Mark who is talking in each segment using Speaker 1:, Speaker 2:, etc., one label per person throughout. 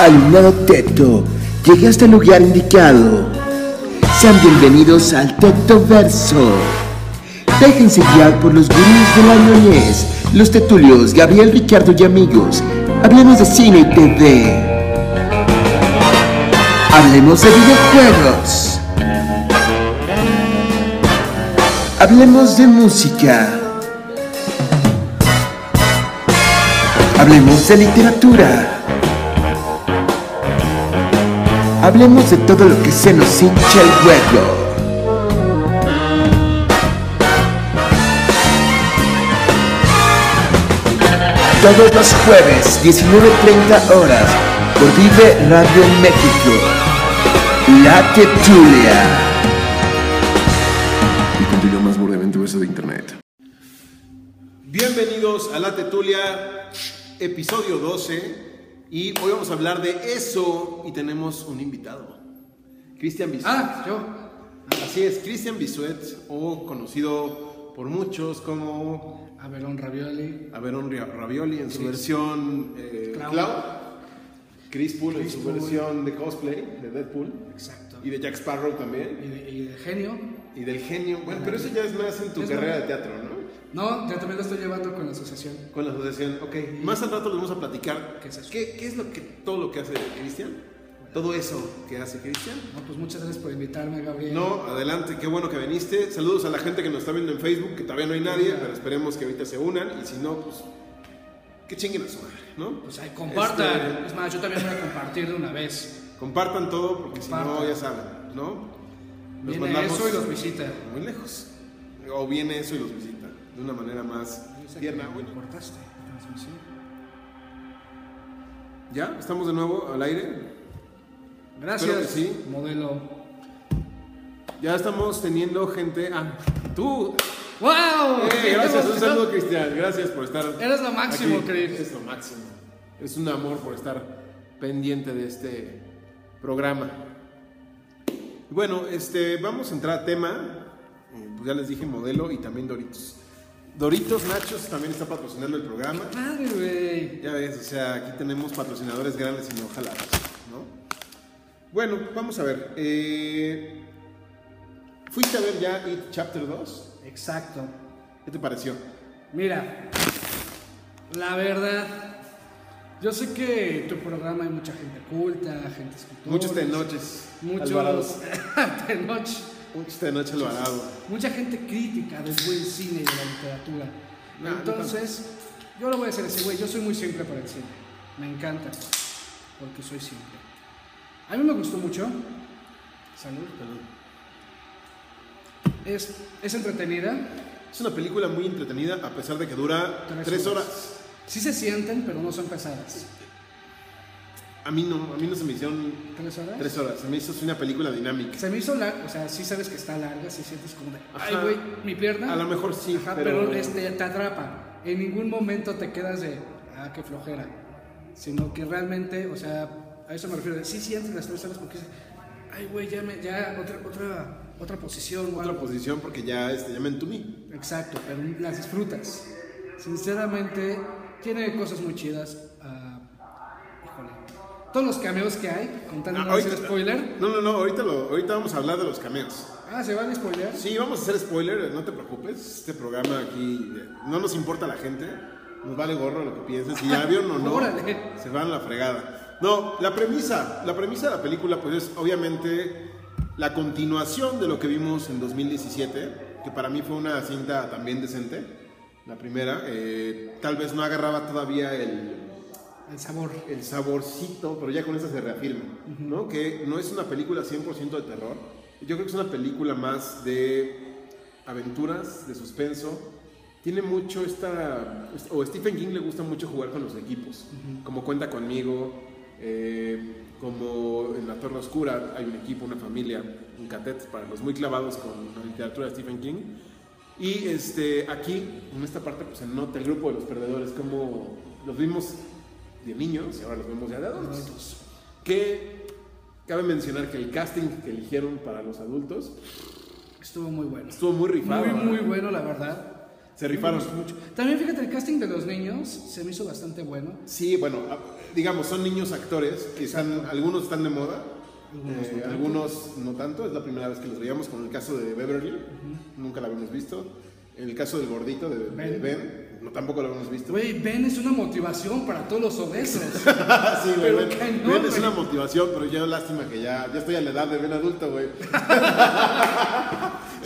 Speaker 1: Alumnado Teto, llegué hasta el lugar indicado. Sean bienvenidos al Teto Verso. Déjense guiar por los gurús de la ñoñez, los tetulios Gabriel, Ricardo y amigos. Hablemos de cine y TV. Hablemos de videojuegos. Hablemos de música. Hablemos de literatura. Hablemos de todo lo que se nos hincha el huevo. Todos los jueves, 19.30 horas, por Vive Radio México. La Tetulia.
Speaker 2: y continúa más burdemente eso de internet.
Speaker 3: Bienvenidos a La Tetulia, episodio 12. Y hoy vamos a hablar de eso y tenemos un invitado. Cristian Bisuet.
Speaker 4: Ah, yo.
Speaker 3: Así es, Cristian Bisuet, o conocido por muchos como
Speaker 4: Abelón Ravioli.
Speaker 3: Averón Ria- Ravioli en su
Speaker 4: Sí.
Speaker 3: versión eh,
Speaker 4: Clown.
Speaker 3: Clown. Chris Poole en su
Speaker 4: Poole.
Speaker 3: versión de cosplay, de Deadpool.
Speaker 4: Exacto.
Speaker 3: Y
Speaker 4: Y
Speaker 3: de Jack Sparrow también.
Speaker 4: de, y de genio.
Speaker 3: Y del genio. Bueno, pero eso ya es más en tu
Speaker 4: Es
Speaker 3: carrera
Speaker 4: más-
Speaker 3: de teatro, ¿no?
Speaker 4: No, yo también lo estoy llevando con la asociación.
Speaker 3: Con la asociación, ok. Más al rato les vamos a platicar
Speaker 4: ¿Qué es eso?
Speaker 3: qué, qué es lo que, todo lo que hace Cristian, todo eso que hace Cristian.
Speaker 4: No, pues muchas gracias por invitarme, Gabriel.
Speaker 3: No, adelante, qué bueno que viniste. Saludos a la gente que nos está viendo en Facebook, que todavía no hay nadie, pero esperemos que ahorita se unan y si no, pues que chinguen a su madre, ¿no?
Speaker 4: Pues ahí compartan.
Speaker 3: Este,
Speaker 4: Es más, yo también voy a compartir de una vez.
Speaker 3: compartan todo porque si no,
Speaker 4: Compartan.
Speaker 3: ya saben, ¿no? Los
Speaker 4: Viene eso y los visita.
Speaker 3: muy lejos. O viene eso y los visita de una manera más tierna.
Speaker 4: Me
Speaker 3: Bueno,
Speaker 4: cortaste la transmisión.
Speaker 3: ya, estamos de nuevo al aire.
Speaker 4: Gracias,
Speaker 3: que sí.
Speaker 4: modelo.
Speaker 3: Ya estamos teniendo gente. Ah, tú.
Speaker 4: ¡Wow!
Speaker 3: Eh, gracias, un saludo, Cristian. Gracias por estar.
Speaker 4: Eres lo máximo,
Speaker 3: aquí.
Speaker 4: Chris.
Speaker 3: Eres lo máximo. Es un amor por estar pendiente de este programa. Y Bueno, este, vamos a entrar a tema. Eh, Pues ya les dije modelo y también Doritos. Doritos Nachos también está patrocinando el programa.
Speaker 4: Madre, güey.
Speaker 3: Ya ves, o sea, aquí tenemos patrocinadores grandes y no jalados, ¿no? Bueno, vamos a ver. eh, ¿Fuiste a ver ya It Chapter 2?
Speaker 4: Exacto.
Speaker 3: ¿Qué te pareció?
Speaker 4: Mira, la verdad, yo sé que en tu programa hay mucha gente culta, gente escritora.
Speaker 3: Muchos tenoches.
Speaker 4: Muchos
Speaker 3: Alvarados.
Speaker 4: tenoch.
Speaker 3: Muchos tenoches alvarados.
Speaker 4: Mucha gente crítica del buen cine y de la literatura.
Speaker 3: No, no
Speaker 4: Entonces, yo lo voy a decir así, güey, yo soy muy simple para el cine. Me encanta, porque soy simple. A mí me gustó mucho. Salud. Es, es entretenida.
Speaker 3: Es una película muy entretenida a pesar de que dura
Speaker 4: Tres
Speaker 3: tres horas.
Speaker 4: horas. Sí se sienten, pero no son pesadas.
Speaker 3: A mí no, a mí no se me hicieron
Speaker 4: ¿Tres horas?
Speaker 3: tres horas. Se me hizo una película dinámica.
Speaker 4: Se me hizo larga, o sea, sí sabes que está larga, sí sientes como de, ay,
Speaker 3: Ajá.
Speaker 4: güey, mi pierna.
Speaker 3: A lo mejor sí,
Speaker 4: Ajá,
Speaker 3: pero-
Speaker 4: pero, este, te atrapa. En ningún momento te quedas de, ah, qué flojera. Sino que realmente, o sea, a eso me refiero. de, Sí sientes las tres horas porque dices, ay, güey, ya, me, ya otra, otra, otra posición. o
Speaker 3: Otra
Speaker 4: algo".
Speaker 3: posición porque ya, este, ya me entumí.
Speaker 4: Exacto, pero las disfrutas. Sinceramente, tiene cosas muy chidas. ah, híjole. Todos los cameos que hay, contando
Speaker 3: Ah,
Speaker 4: no hacer spoiler.
Speaker 3: No, no, no, ahorita, lo, ahorita vamos a hablar de los cameos.
Speaker 4: Ah, ¿se van a spoiler?
Speaker 3: Sí, vamos a hacer spoiler, no te preocupes. Este programa aquí eh, no nos importa la gente. Nos vale gorro lo que pienses. Si ya vieron o no,
Speaker 4: Órale.
Speaker 3: se van a la fregada. No, la premisa, la premisa de la película pues es obviamente la continuación de lo que vimos en 2017, que para mí fue una cinta también decente, la primera. Eh, tal vez no agarraba todavía el,
Speaker 4: El sabor.
Speaker 3: el saborcito, pero ya con esa se reafirma, ¿no? Que no es una película 100% de terror. Yo creo que es una película más de aventuras, de suspenso. Tiene mucho esta... O a Stephen King le gusta mucho jugar con los equipos. Como Cuenta Conmigo, eh, como en La Torre Oscura hay un equipo, una familia, un catet para los muy clavados con la literatura de Stephen King. Y este, aquí, en esta parte, pues se nota el grupo de los perdedores, como los vimos de niños y ahora los vemos ya de adultos. Que cabe mencionar que el casting que eligieron para los adultos
Speaker 4: Estuvo muy bueno.
Speaker 3: estuvo muy rifado.
Speaker 4: Muy,
Speaker 3: ¿verdad?
Speaker 4: muy bueno, la verdad.
Speaker 3: Se rifaron.
Speaker 4: Me gustó mucho. También fíjate, el casting de los niños se me hizo bastante bueno.
Speaker 3: Sí, bueno, a- digamos, son niños actores que están, algunos están de moda, eh, algunos no tanto, es la primera vez que los veíamos, como en el caso de Beverly, nunca la habíamos visto. En el caso del gordito de de Ben,
Speaker 4: Ben.
Speaker 3: no, tampoco lo habíamos visto.
Speaker 4: Güey, Ben es una motivación para todos los obesos.
Speaker 3: Ah, sí, güey,
Speaker 4: pero
Speaker 3: Ben,
Speaker 4: cañón,
Speaker 3: Ben es
Speaker 4: güey.
Speaker 3: una motivación, pero yo lástima que ya, ya estoy a la edad de Ben adulto, güey.
Speaker 4: se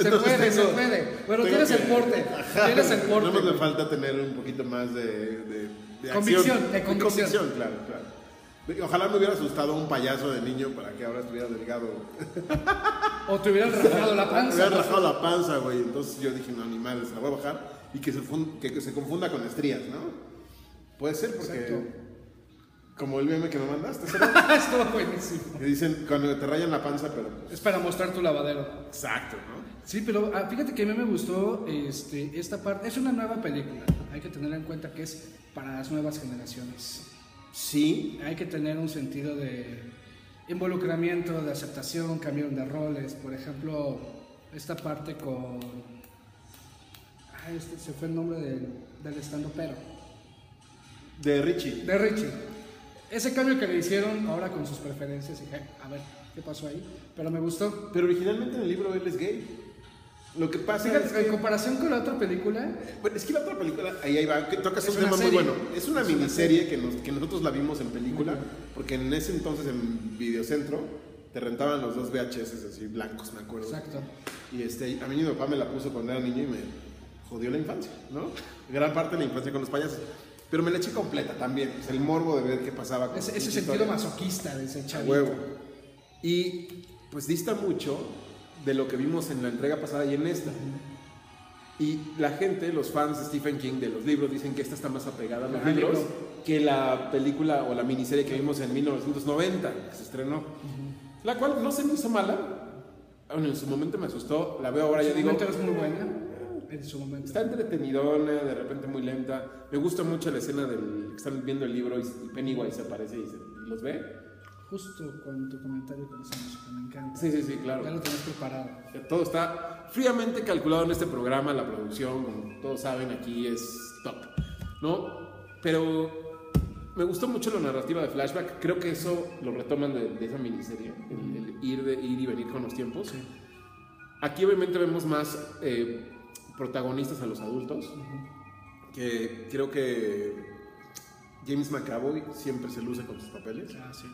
Speaker 3: Entonces
Speaker 4: puede, se
Speaker 3: tengo-
Speaker 4: puede. Bueno,
Speaker 3: tengo
Speaker 4: tienes el
Speaker 3: que-
Speaker 4: porte. Tienes el
Speaker 3: Nada más
Speaker 4: porte.
Speaker 3: me falta tener un poquito más de, de- de
Speaker 4: Convicción,
Speaker 3: acción.
Speaker 4: de convicción.
Speaker 3: claro, claro. Ojalá me hubiera asustado un payaso de niño para que ahora estuviera delgado.
Speaker 4: O te hubieran rajado la
Speaker 3: Me
Speaker 4: panza.
Speaker 3: hubiera rajado la panza, güey. Entonces yo dije, no, ni madre, se la voy a bajar. Y que se, fun- que, que se confunda con estrías, ¿no? Puede ser, porque...
Speaker 4: Exacto.
Speaker 3: Como el meme que me mandaste,
Speaker 4: Estuvo buenísimo.
Speaker 3: que dicen cuando te rayan la panza, pero...
Speaker 4: Es para mostrar tu lavadero.
Speaker 3: Exacto, ¿no?
Speaker 4: Sí, pero ah, fíjate que a mí me gustó este, esta parte. Es una nueva película. Hay que tener en cuenta que es para las nuevas generaciones.
Speaker 3: Sí,
Speaker 4: Hay que tener un sentido de involucramiento, de aceptación, cambiaron de roles. Por ejemplo, esta parte con. Ay, este se fue el nombre del, del estando pero.
Speaker 3: de Richie.
Speaker 4: De Richie. Ese cambio que le hicieron ahora con sus preferencias, dije, a ver, ¿qué pasó ahí? Pero me gustó.
Speaker 3: Pero originalmente en el libro él es gay. Lo que pasa es
Speaker 4: Fíjate, en
Speaker 3: que...
Speaker 4: comparación con la otra película,
Speaker 3: Bueno, es que la otra película, ahí, ahí va, que tocas
Speaker 4: Es
Speaker 3: un tema
Speaker 4: una
Speaker 3: muy
Speaker 4: serie.
Speaker 3: bueno. Es una miniserie que, nos- que nosotros la vimos en película, porque en ese entonces en Videocentro te rentaban los dos VHS así blancos, me acuerdo.
Speaker 4: exacto.
Speaker 3: Y este, a mí mi papá me la puso cuando era niño y me jodió la infancia, ¿no? Gran parte de la infancia con los payasos. Pero me la eché completa también. O sea, el morbo de ver qué pasaba con
Speaker 4: Ese,
Speaker 3: sus
Speaker 4: ese sentido
Speaker 3: historias.
Speaker 4: masoquista de ese
Speaker 3: A
Speaker 4: chavito.
Speaker 3: huevo. Y pues dista mucho de lo que vimos en la entrega pasada y en esta. Y la gente, los fans de Stephen King de los libros, dicen que esta está más apegada a los
Speaker 4: Al libro.
Speaker 3: libros que la película o la miniserie que vimos en 1990, que se estrenó. La cual no se me hizo mala. Bueno, en su momento me asustó. La veo ahora
Speaker 4: En
Speaker 3: ya
Speaker 4: su
Speaker 3: digo.
Speaker 4: momento es muy buena. En su momento.
Speaker 3: Está entretenidona, de repente muy lenta. Me gusta mucho la escena del que están viendo el libro y y Pennywise aparece y se- los ve.
Speaker 4: Justo con tu comentario con esa música, me encanta.
Speaker 3: Sí, sí, sí, claro.
Speaker 4: Ya lo tenés preparado.
Speaker 3: Todo está fríamente calculado en este programa, la producción, como todos saben, aquí es top, ¿no? Pero me gustó mucho la narrativa de Flashback, creo que eso lo retoman de, de esa miniserie, el, el ir, de, ir y venir con los tiempos. Aquí obviamente vemos más eh, protagonistas a los adultos, que creo que James McAvoy siempre se luce con sus papeles.
Speaker 4: Ah, sí.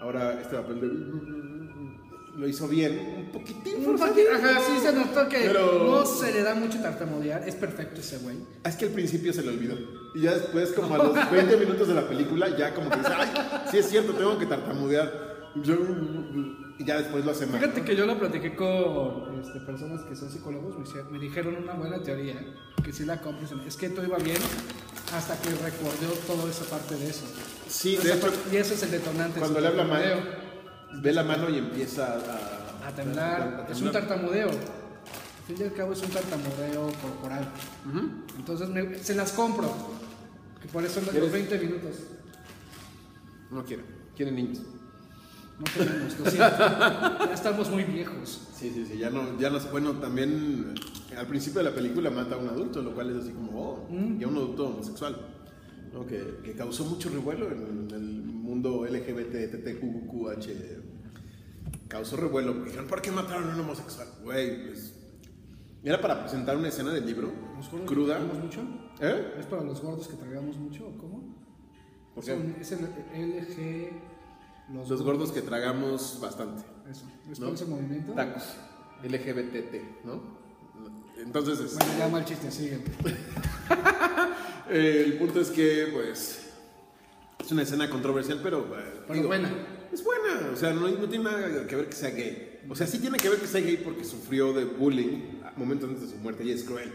Speaker 3: Ahora este papel de... Lo hizo bien, un poquitín forzadito.
Speaker 4: Ajá, sí se notó que
Speaker 3: Pero-
Speaker 4: no se le da mucho tartamudear. Es perfecto ese güey.
Speaker 3: Ah, Es que al principio se le olvidó. Y ya después, como a los 20 minutos de la película, ya como que dice, ay, sí es cierto, tengo que tartamudear. Y ya después lo hace mal.
Speaker 4: Fíjate que yo lo platiqué con este, personas que son psicólogos. Me, hice- me dijeron una buena teoría que si la compras. Es que todo iba bien hasta que recordó toda esa parte de eso.
Speaker 3: Sí,
Speaker 4: Toda
Speaker 3: de
Speaker 4: esa
Speaker 3: hecho,
Speaker 4: parte- y eso es el detonante.
Speaker 3: cuando
Speaker 4: es
Speaker 3: le
Speaker 4: un
Speaker 3: habla a Mike,
Speaker 4: tartamudeo.
Speaker 3: ve la mano y empieza a,
Speaker 4: A temblar.
Speaker 3: a
Speaker 4: Es un tartamudeo. Al fin y al cabo es un tartamudeo corporal. Entonces me- se las compro. Que por eso los
Speaker 3: ¿Quieres?
Speaker 4: 20 minutos.
Speaker 3: No quiero, quieren niños.
Speaker 4: No tenemos, lo siento. ya estamos muy viejos.
Speaker 3: Sí, sí, sí, ya no, ya no se- Bueno, también eh, al principio de la película mata a un adulto, lo cual es así como, oh, ya un adulto homosexual. ¿no? Que, que causó mucho revuelo en el mundo LGBTTQQH. Causó revuelo. porque Dijeron, ¿por qué mataron a un homosexual? Güey, pues. Era para presentar una escena del libro
Speaker 4: gordos
Speaker 3: cruda.
Speaker 4: que tragamos mucho?
Speaker 3: ¿Eh?
Speaker 4: ¿Es para los gordos que tragamos mucho o cómo?
Speaker 3: ¿Por
Speaker 4: Es
Speaker 3: qué?
Speaker 4: un- Es el LG. Los,
Speaker 3: Los gordos que tragamos bastante.
Speaker 4: Eso. ¿Es
Speaker 3: ¿no?
Speaker 4: por ese movimiento?
Speaker 3: Tacos. LGBTT, ¿no? Entonces. es-
Speaker 4: Bueno, ya mal chiste, sigue.
Speaker 3: Eh, el punto es que, pues, es una escena controversial, pero... eh,
Speaker 4: Pero buena.
Speaker 3: Es buena, o sea, no, no tiene nada que ver que sea gay. O sea, sí tiene que ver que sea gay porque sufrió de bullying a- momentos antes de su muerte y es cruel.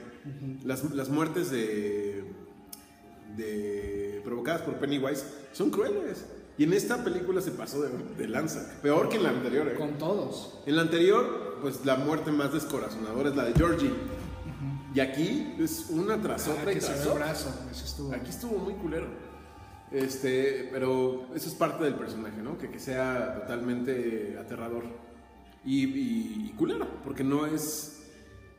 Speaker 3: las, las muertes de, de provocadas por Pennywise son crueles. Y en esta película se pasó de, de lanza, peor que en la anterior. ¿eh?
Speaker 4: Con todos.
Speaker 3: En la anterior, pues la muerte más descorazonadora es la de Georgie. Y aquí es una tras
Speaker 4: Ah,
Speaker 3: otra y
Speaker 4: que se
Speaker 3: tras
Speaker 4: ve el
Speaker 3: otra.
Speaker 4: brazo. Eso estuvo.
Speaker 3: Aquí estuvo muy culero. Este, pero eso es parte del personaje, ¿no? Que, que sea totalmente aterrador y, y- y culero, porque no es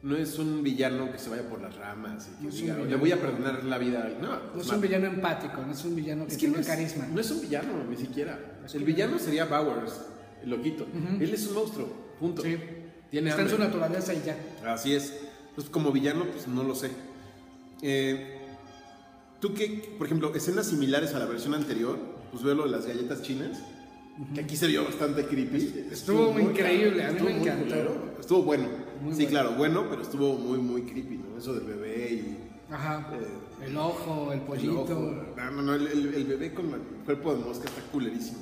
Speaker 3: no es un villano que se vaya por las ramas y que
Speaker 4: No es un
Speaker 3: diga, le
Speaker 4: villano.
Speaker 3: voy a perdonar la vida. a alguien". No,
Speaker 4: No es
Speaker 3: ma-
Speaker 4: un villano empático, no es un villano que,
Speaker 3: es que
Speaker 4: tenga
Speaker 3: no es,
Speaker 4: carisma.
Speaker 3: no es un villano, ni siquiera. El villano sería Bowers, el loquito. Él es un monstruo, punto.
Speaker 4: Sí.
Speaker 3: Tiene
Speaker 4: Está en su
Speaker 3: hambre.
Speaker 4: naturaleza y ya.
Speaker 3: Así es. Pues como villano, pues no lo sé. Eh, Tú que, por ejemplo, escenas similares a la versión anterior, pues veo lo de las galletas chinas, que aquí se vio bastante creepy.
Speaker 4: Estuvo
Speaker 3: muy
Speaker 4: increíble,
Speaker 3: cabrón,
Speaker 4: a mí
Speaker 3: estuvo
Speaker 4: me
Speaker 3: muy
Speaker 4: encantó.
Speaker 3: culero, Estuvo bueno.
Speaker 4: Muy
Speaker 3: sí,
Speaker 4: bueno.
Speaker 3: claro, bueno, pero estuvo muy, muy creepy, ¿no? Eso del bebé y...
Speaker 4: Ajá.
Speaker 3: Eh,
Speaker 4: el ojo, el
Speaker 3: el
Speaker 4: pollito.
Speaker 3: ojo. No, no, no, el, el- el bebé con el cuerpo de mosca está culerísimo.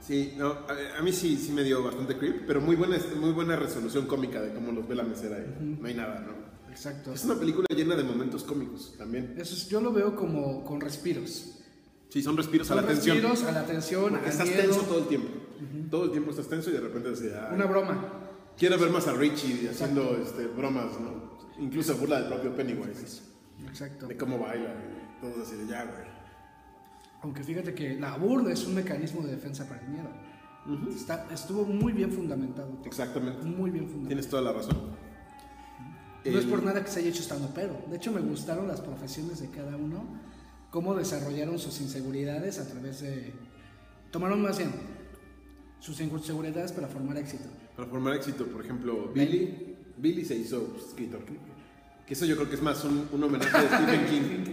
Speaker 3: Sí, no, a, a mí sí, sí me dio bastante creep, pero muy buena, muy buena resolución cómica de cómo los ve la mesera ahí. No hay nada, ¿no?
Speaker 4: Exacto.
Speaker 3: Es una película llena de momentos cómicos también.
Speaker 4: Eso es- yo lo veo como con respiros.
Speaker 3: Sí, son respiros a
Speaker 4: Son
Speaker 3: la tensión.
Speaker 4: respiros a la tensión,
Speaker 3: Porque
Speaker 4: al
Speaker 3: estás
Speaker 4: miedo.
Speaker 3: tenso todo el tiempo. Todo el tiempo estás tenso y de repente así, ay,
Speaker 4: Una broma.
Speaker 3: quiero ver más a Richie haciendo este, bromas, ¿no? Incluso burla del propio Pennywise,
Speaker 4: Exacto.
Speaker 3: de cómo baila, y todo así de ya, güey.
Speaker 4: Aunque fíjate que la burla es un mecanismo de defensa para el miedo. Está- estuvo muy bien fundamentado. todo.
Speaker 3: Exactamente.
Speaker 4: Muy bien fundamentado.
Speaker 3: Tienes toda la razón.
Speaker 4: No es
Speaker 3: El-
Speaker 4: por nada que se haya hecho estando pero. De hecho, me gustaron las profesiones de cada uno, cómo desarrollaron sus inseguridades a través de. Tomaron más bien sus inseguridades para formar éxito.
Speaker 3: Para formar éxito, por ejemplo, Billy. Billy se hizo escritor. Que eso yo creo que es más un, un homenaje de Stephen King.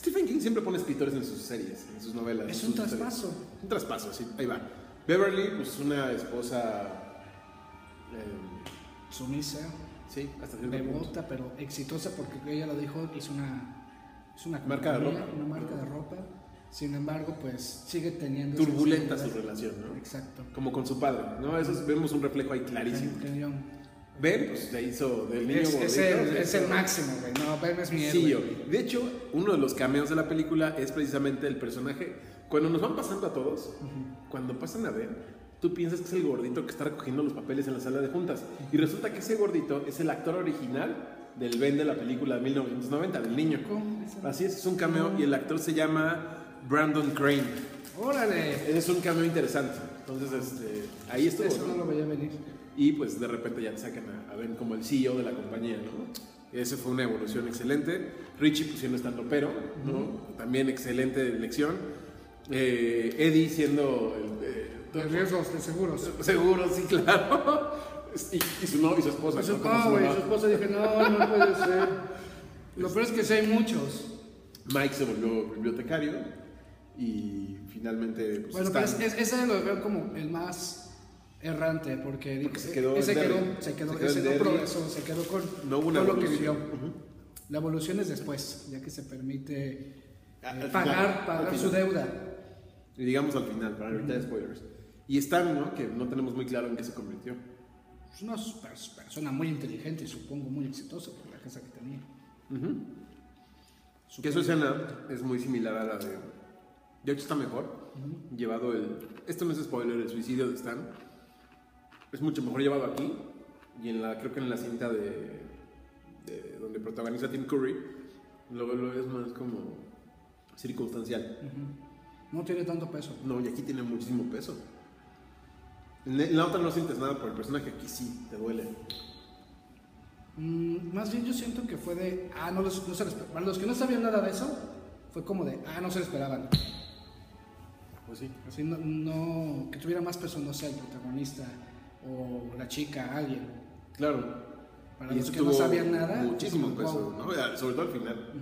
Speaker 3: Stephen King siempre pone escritores en sus series, en sus novelas.
Speaker 4: Es
Speaker 3: en
Speaker 4: un
Speaker 3: sus historias.
Speaker 4: traspaso.
Speaker 3: Un traspaso, sí. Ahí va. Beverly, pues una esposa. eh,
Speaker 4: Sumisa,
Speaker 3: sí, hasta cierto punto.
Speaker 4: devota, pero exitosa porque ella lo dijo, hizo una, es una
Speaker 3: Marca de
Speaker 4: compañía,
Speaker 3: ropa.
Speaker 4: Una marca de ropa. Sin embargo, pues sigue teniendo. esas
Speaker 3: Turbulenta su
Speaker 4: inseguridades.
Speaker 3: relación, ¿no?
Speaker 4: Exacto.
Speaker 3: Como con su padre, ¿no? Eso es- vemos un reflejo ahí clarísimo. Ben, pues le hizo del niño
Speaker 4: Es, es
Speaker 3: gordito,
Speaker 4: el,
Speaker 3: le
Speaker 4: es el
Speaker 3: hizo-
Speaker 4: máximo, güey. No, Ben es mi héroe.
Speaker 3: Sí, yo. De hecho, uno de los cameos de la película es precisamente el personaje. Cuando nos van pasando a todos, cuando pasan a ver, tú piensas que es el gordito que está recogiendo los papeles en la sala de juntas. Y resulta que ese gordito es el actor original del Ben de la película de 1990, del niño.
Speaker 4: ¿Cómo? ¿Es el-
Speaker 3: Así es, es un cameo y el actor se llama Brandon Crane.
Speaker 4: ¡Órale!
Speaker 3: Ese es un cameo interesante. Entonces, este, ahí estuvo.
Speaker 4: Eso
Speaker 3: ¿no?
Speaker 4: no lo veía venir.
Speaker 3: Y pues de repente ya te sacan a, a Ben como el CEO de la compañía, ¿no? Esa fue una evolución excelente. Richie pues siendo estandopero, ¿no? También excelente elección. Eh, Eddie siendo el... eh,
Speaker 4: De riesgos, de seguros.
Speaker 3: seguro, sí, claro. Y, y su novio y su esposa. ¿no? Como
Speaker 4: Ah,
Speaker 3: su
Speaker 4: güey,
Speaker 3: mamá.
Speaker 4: su esposa dije, no, no puede ser. Lo peor es que sí hay muchos.
Speaker 3: Mike se volvió bibliotecario y finalmente... Pues,
Speaker 4: Bueno,
Speaker 3: Stan.
Speaker 4: pero es- es- ese lo veo como el más errante, porque, e,
Speaker 3: Porque se quedó
Speaker 4: ese
Speaker 3: en
Speaker 4: quedó,
Speaker 3: Derry.
Speaker 4: se quedó,
Speaker 3: Se quedó
Speaker 4: ese
Speaker 3: en
Speaker 4: no
Speaker 3: Derry.
Speaker 4: progresó, se quedó con
Speaker 3: No hubo una
Speaker 4: todo lo que vivió.
Speaker 3: evolución. Ujú.
Speaker 4: La evolución es después, ya que se permite
Speaker 3: Ah,
Speaker 4: eh,
Speaker 3: al final,
Speaker 4: pagar,
Speaker 3: al
Speaker 4: pagar
Speaker 3: final.
Speaker 4: su deuda.
Speaker 3: Y digamos al final, para evitar spoilers. Y Stan, ¿no? Que no tenemos muy claro en qué se convirtió.
Speaker 4: Es una pers- persona muy inteligente y supongo muy exitosa por la casa que tenía.
Speaker 3: Que su escena es muy similar a la de. De hecho, está mejor. Llevado el. Esto no es spoiler, el suicidio de Stan. Es mucho mejor llevado aquí. Y en la, creo que en la cinta de. de donde protagoniza Tim Curry. Luego lo es más como. circunstancial.
Speaker 4: No tiene tanto peso.
Speaker 3: No, y aquí tiene muchísimo peso. En la- en la otra no sientes nada por el personaje, aquí sí, te duele.
Speaker 4: Mm, más bien yo siento que fue de, ah, no, los, no se les, para los que no sabían nada de eso, fue como de, ah, no se lo esperaban.
Speaker 3: Pues sí.
Speaker 4: Así no, no- que tuviera más peso, no sé, el protagonista o la chica, alguien.
Speaker 3: Claro.
Speaker 4: Para los que no
Speaker 3: tuvo
Speaker 4: sabían nada,
Speaker 3: Muchísimo
Speaker 4: es como,
Speaker 3: peso,
Speaker 4: wow.
Speaker 3: ¿no? Sobre todo al final.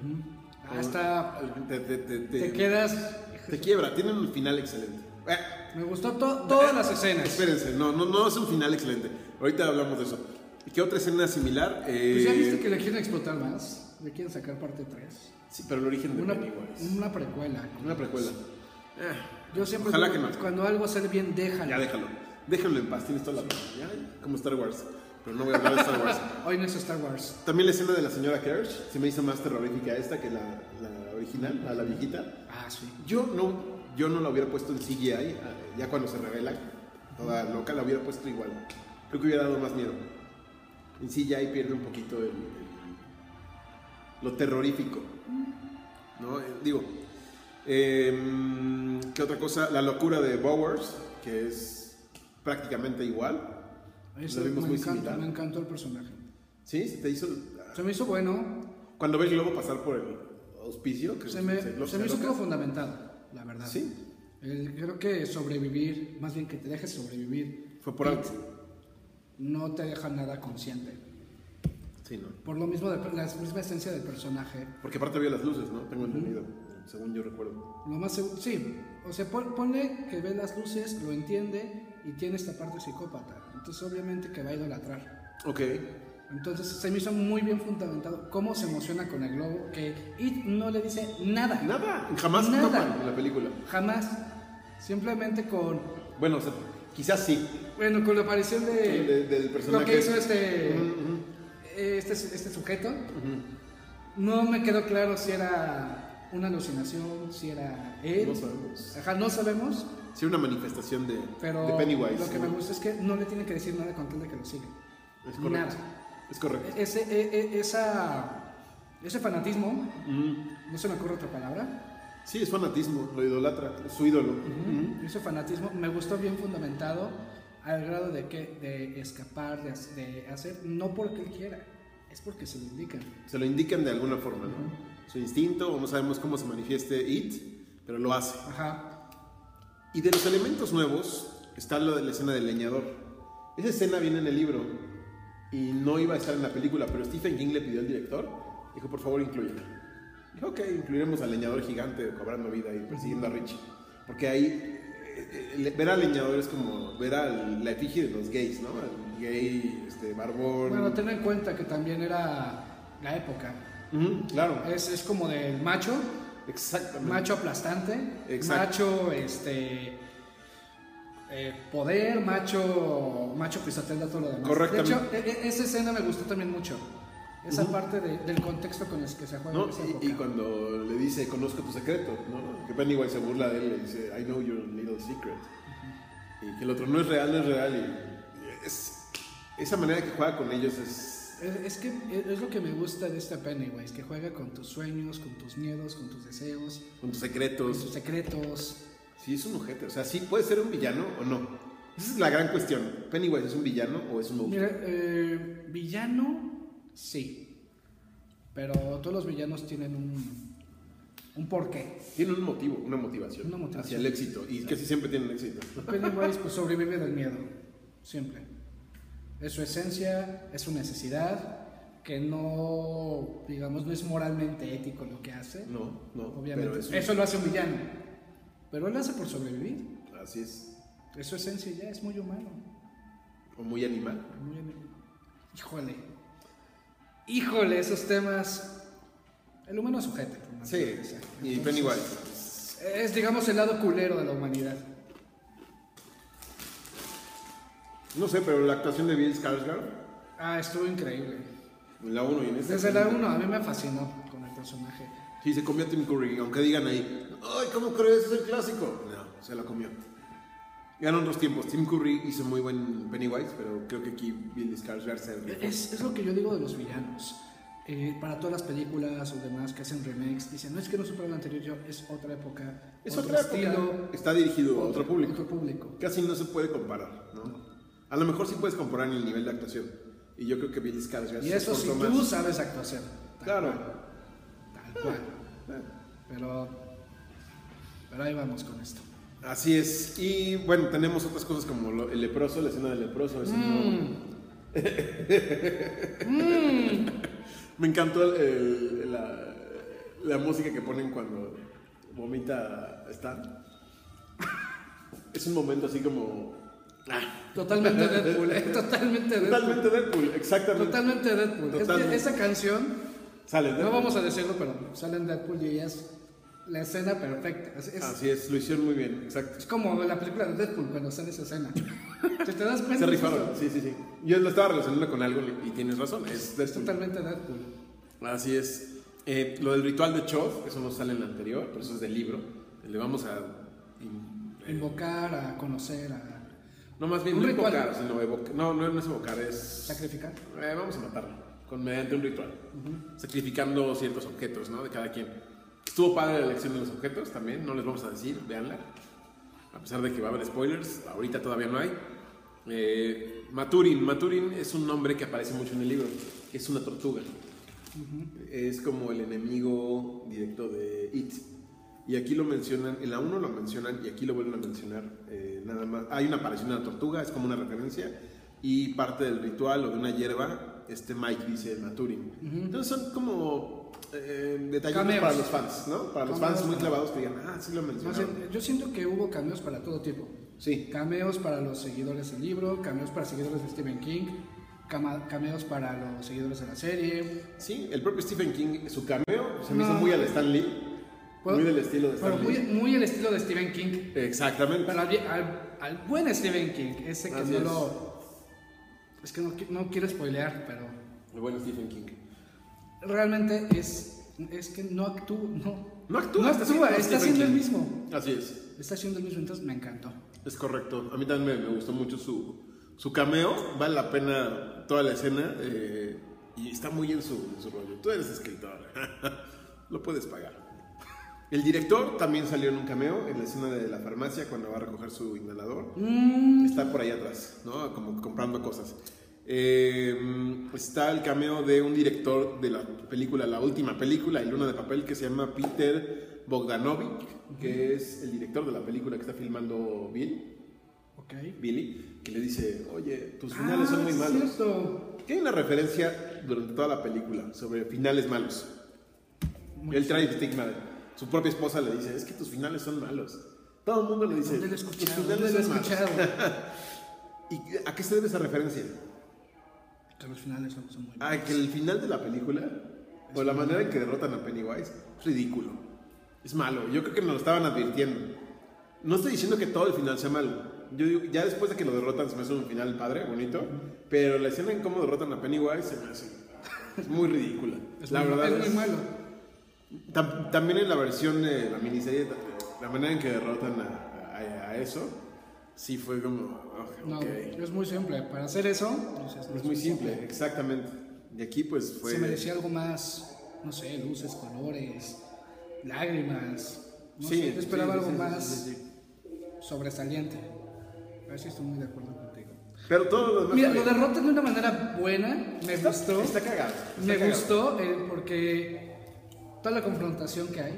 Speaker 4: Hasta
Speaker 3: Te, te- te- te-
Speaker 4: te quedas.
Speaker 3: te quiebra, tiene un final excelente. Eh,
Speaker 4: Me gustó to- todas las escenas.
Speaker 3: espérense, no, no, no es un final excelente. Ahorita hablamos de eso. ¿Y qué otra escena similar? Eh,
Speaker 4: Pues ya viste que le quieren explotar más, le quieren sacar parte 3.
Speaker 3: Sí, pero el origen de
Speaker 4: Una,
Speaker 3: Pennywise.
Speaker 4: una precuela.
Speaker 3: Una precuela. Eh,
Speaker 4: Yo siempre
Speaker 3: Ojalá
Speaker 4: digo,
Speaker 3: que no.
Speaker 4: cuando algo hacer bien, déjalo.
Speaker 3: ya déjalo. Déjalo en paz, tienes toda la razón. Ya, Como Star Wars. Pero no voy a hablar de Star Wars.
Speaker 4: Hoy no es Star Wars.
Speaker 3: También la escena de la señora Kersh se me hizo más terrorífica esta que la, la original, la, la viejita.
Speaker 4: Ah, sí.
Speaker 3: Yo no, yo no la hubiera puesto en CGI, eh, ya cuando se revela, toda loca, la hubiera puesto igual. Creo que hubiera dado más miedo. En CGI pierde un poquito el- el- lo terrorífico. ¿no? Eh, Digo, em, ¿qué otra cosa? La locura de Bowers, que es prácticamente igual.
Speaker 4: Eso
Speaker 3: Lo vimos
Speaker 4: me
Speaker 3: muy
Speaker 4: encanta,
Speaker 3: similar.
Speaker 4: me encantó el personaje.
Speaker 3: Sí, se te hizo.
Speaker 4: Se me hizo bueno,
Speaker 3: Cuando ve el globo pasar por el auspicio, que
Speaker 4: se me,
Speaker 3: lo-
Speaker 4: se me hizo
Speaker 3: lo-
Speaker 4: todo fundamentado, la verdad.
Speaker 3: Sí.
Speaker 4: Eh, creo que sobrevivir, más bien que te dejes sobrevivir,
Speaker 3: Fue por algo.
Speaker 4: no te deja nada consciente.
Speaker 3: Sí, no.
Speaker 4: Por lo mismo, de- la misma esencia del personaje.
Speaker 3: Porque aparte había las luces, ¿no? Tengo entendido, según yo recuerdo.
Speaker 4: Lo más seguro, sí, o sea, pon- ponle que ve las luces, lo entiende y tiene esta parte psicópata. Entonces, obviamente que va a idolatrar.
Speaker 3: Ok.
Speaker 4: Entonces, se me hizo muy bien fundamentado cómo se emociona con el globo, que It no le dice nada.
Speaker 3: Nada, jamás
Speaker 4: Nada.
Speaker 3: tocan en la película.
Speaker 4: Jamás. Simplemente con,
Speaker 3: Bueno, o sea, quizás sí.
Speaker 4: bueno, con la aparición de,
Speaker 3: Sí, de- del personaje.
Speaker 4: lo que hizo este,
Speaker 3: Ujú, ujú.
Speaker 4: este, este sujeto. No me quedó claro si era una alucinación, si era él.
Speaker 3: No sabemos.
Speaker 4: Ajá, no sabemos.
Speaker 3: Sí, una manifestación de,
Speaker 4: Pero
Speaker 3: de Pennywise.
Speaker 4: lo que me
Speaker 3: ¿no?
Speaker 4: gusta es que no le tiene que decir nada con tal de que lo siga.
Speaker 3: Es correcto.
Speaker 4: Nada.
Speaker 3: Es correcto.
Speaker 4: Ese, e- e- esa, ese fanatismo,
Speaker 3: Mm.
Speaker 4: no se me ocurre otra palabra,
Speaker 3: Sí, es fanatismo, lo idolatra, es su ídolo.
Speaker 4: ese fanatismo me gustó bien fundamentado al grado de que de escapar, de, hac- de hacer, no porque él quiera, es porque se lo indican.
Speaker 3: Se lo indican de alguna forma, ¿no? Su instinto, o no sabemos cómo se manifieste It, pero lo hace.
Speaker 4: Ajá,
Speaker 3: Y de los elementos nuevos está lo de la escena del leñador. Esa escena viene en el libro y no iba a estar en la película, pero Stephen King le pidió al director, dijo, por favor, incluyela. Dijo, ok, incluiremos al leñador gigante cobrando vida y persiguiendo a Richie. Porque ahí, eh, eh, ver al leñador es como ver a la efigie de los gays, ¿no? El gay, este, barbón.
Speaker 4: bueno, ten en cuenta que también era la época,
Speaker 3: Ujú, claro,
Speaker 4: es, es como del macho,
Speaker 3: exactamente.
Speaker 4: Eh, macho aplastante,
Speaker 3: Exacto.
Speaker 4: macho este eh, poder, macho macho que se atenta a todo lo demás.
Speaker 3: Correctamente.
Speaker 4: De hecho, e- e- esa escena me gustó también mucho. Esa parte de- del contexto con el que se juega.
Speaker 3: ¿no?
Speaker 4: en esa
Speaker 3: Y-
Speaker 4: época.
Speaker 3: Y, cuando le dice, conozco tu secreto, ¿no? que Pennywise se burla de él, le dice, I know your little secret. Y que el otro no es real, no es real. Y es- esa manera que juega con ellos es...
Speaker 4: Es, es que es es lo que me gusta de esta Pennywise, que juega con tus sueños, con tus miedos, con tus deseos,
Speaker 3: con tus
Speaker 4: con tus
Speaker 3: secretos.
Speaker 4: secretos.
Speaker 3: Sí, es un ojete. O sea, sí puede ser un villano o no. Esa es la gran cuestión. ¿Pennywise es un villano o es un monstruo?
Speaker 4: Mira, eh, villano, sí. Pero todos los villanos tienen un, un porqué.
Speaker 3: Tiene un motivo, una motivación,
Speaker 4: Una motivación.
Speaker 3: hacia el éxito. Y casi siempre tienen éxito.
Speaker 4: Pennywise pues, sobrevive del miedo, siempre. Es su esencia, es su necesidad, que no, digamos, no es moralmente ético lo que hace.
Speaker 3: No, no.
Speaker 4: obviamente.
Speaker 3: pero es un-
Speaker 4: Eso lo hace un villano. Pero él lo hace por sobrevivir.
Speaker 3: Así es.
Speaker 4: Es su esencia ya, es muy humano.
Speaker 3: O muy animal.
Speaker 4: Muy bien. Híjole. Híjole, esos temas. El humano es ojete. por
Speaker 3: Sí.
Speaker 4: naturaleza.
Speaker 3: Y
Speaker 4: Entonces,
Speaker 3: Pennywise.
Speaker 4: Es, digamos, el lado culero de la humanidad.
Speaker 3: No sé, pero la actuación de Bill Skarsgård,
Speaker 4: Ah, estuvo increíble.
Speaker 3: en la 1 y en esta.
Speaker 4: Desde la 1 a mí me fascinó con el personaje.
Speaker 3: Sí, se comió a Tim Curry, aunque digan ahí, ¡ay, cómo crees! Es el clásico. No, se la comió. Ganan dos tiempos. Tim Curry hizo muy buen Pennywise, pero creo que aquí Bill Skarsgård se rifó.
Speaker 4: Es, es lo que yo digo de los villanos. Eh, para todas las películas o demás que hacen remakes, dicen, no es que no supera la anterior, yo, es otra época.
Speaker 3: Es otra época.
Speaker 4: estilo,
Speaker 3: Está dirigido a otro público.
Speaker 4: Otro público.
Speaker 3: Casi no se puede comparar, ¿no? A lo mejor sí puedes comparar en el nivel de actuación. Y yo creo que Bill Skarsgård
Speaker 4: Y
Speaker 3: se
Speaker 4: eso si
Speaker 3: esforzó
Speaker 4: tú
Speaker 3: más.
Speaker 4: sabes actuación. Tal
Speaker 3: Claro.
Speaker 4: cual, Tal cual. Pero, pero ahí vamos con esto.
Speaker 3: Así es. Y bueno, tenemos otras cosas como lo- el leproso, la escena del leproso. ese no-
Speaker 4: Mm.
Speaker 3: Me encantó el- el- la, la música que ponen cuando vomita Stan. Es un momento así como... ah,
Speaker 4: Totalmente Deadpool, eh, totalmente Deadpool.
Speaker 3: totalmente Deadpool, exactamente.
Speaker 4: Totalmente Deadpool. Es que
Speaker 3: Totalmente.
Speaker 4: esa canción
Speaker 3: Sale
Speaker 4: No
Speaker 3: Deadpool.
Speaker 4: vamos a decirlo, pero sale en Deadpool y ella es la escena perfecta. Es, es-
Speaker 3: Así es, lo hicieron muy bien, exacto.
Speaker 4: es como la película de Deadpool cuando sale esa escena. ¿Te, te das cuenta?
Speaker 3: Se rifaron, sí, sí, sí. Yo lo estaba relacionando con algo y tienes razón, es
Speaker 4: Es
Speaker 3: Deadpool.
Speaker 4: totalmente Deadpool.
Speaker 3: Así es. Eh, lo del ritual de Chof, eso no sale en el anterior, pero eso es del libro. Le vamos a... in- eh,
Speaker 4: Invocar, a conocer, a
Speaker 3: no, más bien
Speaker 4: Un
Speaker 3: no
Speaker 4: ritual.
Speaker 3: evocar, sino evocar. No, no, no es evocar, es...
Speaker 4: sacrificar.
Speaker 3: Eh, vamos a matarlo con, mediante un ritual, sacrificando ciertos objetos ¿no? de cada quien. Estuvo padre la elección de los objetos también, no les vamos a decir, véanla. A pesar de que va a haber spoilers, ahorita todavía no hay. Eh, Maturin. Maturin es un nombre que aparece mucho en el libro. Es una tortuga. Es como el enemigo directo de It. Y aquí lo mencionan, en la 1 lo mencionan y aquí lo vuelven a mencionar. eh, nada más. Hay una aparición de la tortuga, es como una referencia. Y parte del ritual o de una hierba, este Mike dice Maturin. Entonces son como eh, detallitos
Speaker 4: Cameos.
Speaker 3: para los fans, ¿no? Para los
Speaker 4: Cameos.
Speaker 3: fans muy clavados que digan, ah, sí lo
Speaker 4: Más
Speaker 3: mencionaron.
Speaker 4: bien, eh, yo siento que hubo cameos para todo tipo.
Speaker 3: Sí.
Speaker 4: Cameos para los seguidores del libro, cameos para seguidores de Stephen King, cama- cameos para los seguidores de la serie.
Speaker 3: Sí, el propio Stephen King, su cameo, se me
Speaker 4: No.
Speaker 3: hizo muy al Stan Lee.
Speaker 4: Puedo-
Speaker 3: Muy del estilo de
Speaker 4: Pero
Speaker 3: Stan
Speaker 4: muy,
Speaker 3: Lee.
Speaker 4: muy el estilo de Stephen King.
Speaker 3: Exactamente.
Speaker 4: Pero al, vie- al- al buen Stephen King, ese que
Speaker 3: Así
Speaker 4: no
Speaker 3: es.
Speaker 4: lo. Es que no, qui- no quiero spoilear, pero
Speaker 3: El buen Stephen King.
Speaker 4: realmente es, es que no actúa. No,
Speaker 3: No actúa,
Speaker 4: no
Speaker 3: está haciendo
Speaker 4: actúa, está
Speaker 3: Stephen
Speaker 4: haciendo el
Speaker 3: King.
Speaker 4: mismo.
Speaker 3: Así es.
Speaker 4: Está haciendo el mismo, entonces me encantó.
Speaker 3: Es correcto. A mí también me, me gustó mucho su, su cameo. Vale la pena toda la escena. eh, y está muy en su, en su rollo. Tú eres escritor. Lo puedes pagar. El director también salió en un cameo en la escena de la farmacia cuando va a recoger su inhalador. Está por ahí atrás, ¿no? Como comprando cosas. Eh, está el cameo de un director de la película, la última película, El Luna de Papel, que se llama Peter Bogdanovic, que es el director de la película que está filmando Bill,
Speaker 4: Ok.
Speaker 3: Billy, que le dice, oye, tus
Speaker 4: Ah,
Speaker 3: finales son muy
Speaker 4: sí es
Speaker 3: malos.
Speaker 4: cierto.
Speaker 3: Que hay una referencia durante toda la película sobre finales malos. Él trae el estigma. de- Su propia esposa le dice, es que tus finales son malos. Todo el mundo le dice,
Speaker 4: ¿Dónde lo he
Speaker 3: tus
Speaker 4: escuchado? ¿Dónde
Speaker 3: finales
Speaker 4: lo he
Speaker 3: son malos.
Speaker 4: escuchado?
Speaker 3: ¿Y a qué se debe esa referencia?
Speaker 4: Que los finales son son muy
Speaker 3: A Ah, que el final de la película, o la manera en que derrotan a Pennywise, es ridículo. Es malo. Yo creo que nos lo estaban advirtiendo. No estoy diciendo que todo el final sea malo. Yo digo, ya después de que lo derrotan se me hace un final padre, bonito. Pero la escena en cómo derrotan a Pennywise se me hace... Es muy ridícula.
Speaker 4: Es
Speaker 3: la
Speaker 4: muy-
Speaker 3: verdad
Speaker 4: es muy malo.
Speaker 3: Tam- también en la versión de la miniserie, ta- la manera en que derrotan a, a- a eso, sí fue como. "Oh,
Speaker 4: No,
Speaker 3: ok".
Speaker 4: es muy simple. Para hacer eso, o sea,
Speaker 3: Es muy simple, exactamente. Y aquí, pues fue.
Speaker 4: Se merecía algo más, no sé, luces, colores, lágrimas. No sé, yo esperaba
Speaker 3: sí,
Speaker 4: algo
Speaker 3: sí, sí,
Speaker 4: más
Speaker 3: sí, sí.
Speaker 4: sobresaliente. A ver si estoy muy de acuerdo contigo.
Speaker 3: Pero todo lo demás.
Speaker 4: Mira,
Speaker 3: está
Speaker 4: lo
Speaker 3: bien.
Speaker 4: derrotan de una manera buena, me
Speaker 3: Está-
Speaker 4: gustó.
Speaker 3: Está cagado. está
Speaker 4: me
Speaker 3: cagado.
Speaker 4: gustó eh, porque toda la confrontación que hay,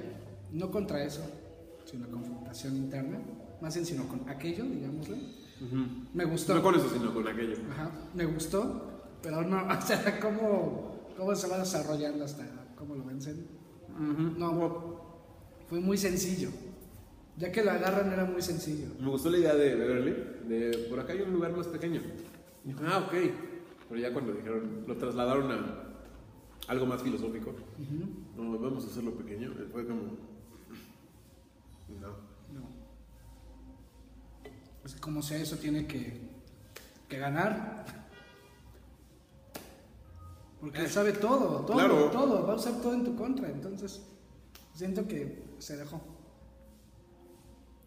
Speaker 4: no contra eso, sino confrontación interna, más bien sino con aquello, digámosle. Me gustó.
Speaker 3: No con eso, sino con aquello.
Speaker 4: Ajá, me gustó, pero no, o sea, cómo, cómo se va desarrollando hasta cómo lo vencen. No, fue muy sencillo. Ya que lo agarran era muy sencillo.
Speaker 3: Me gustó la idea de Beverly, de por acá hay un lugar más pequeño. Y dijo, ah, ok. Pero ya cuando dijeron, lo trasladaron a algo más filosófico. No, vamos a hacerlo pequeño. eh, Fue como. No.
Speaker 4: No. Pues como sea, eso tiene que, que ganar. Porque él sabe todo, todo,
Speaker 3: claro.
Speaker 4: todo. Va a usar todo en tu contra. Entonces, siento que se dejó.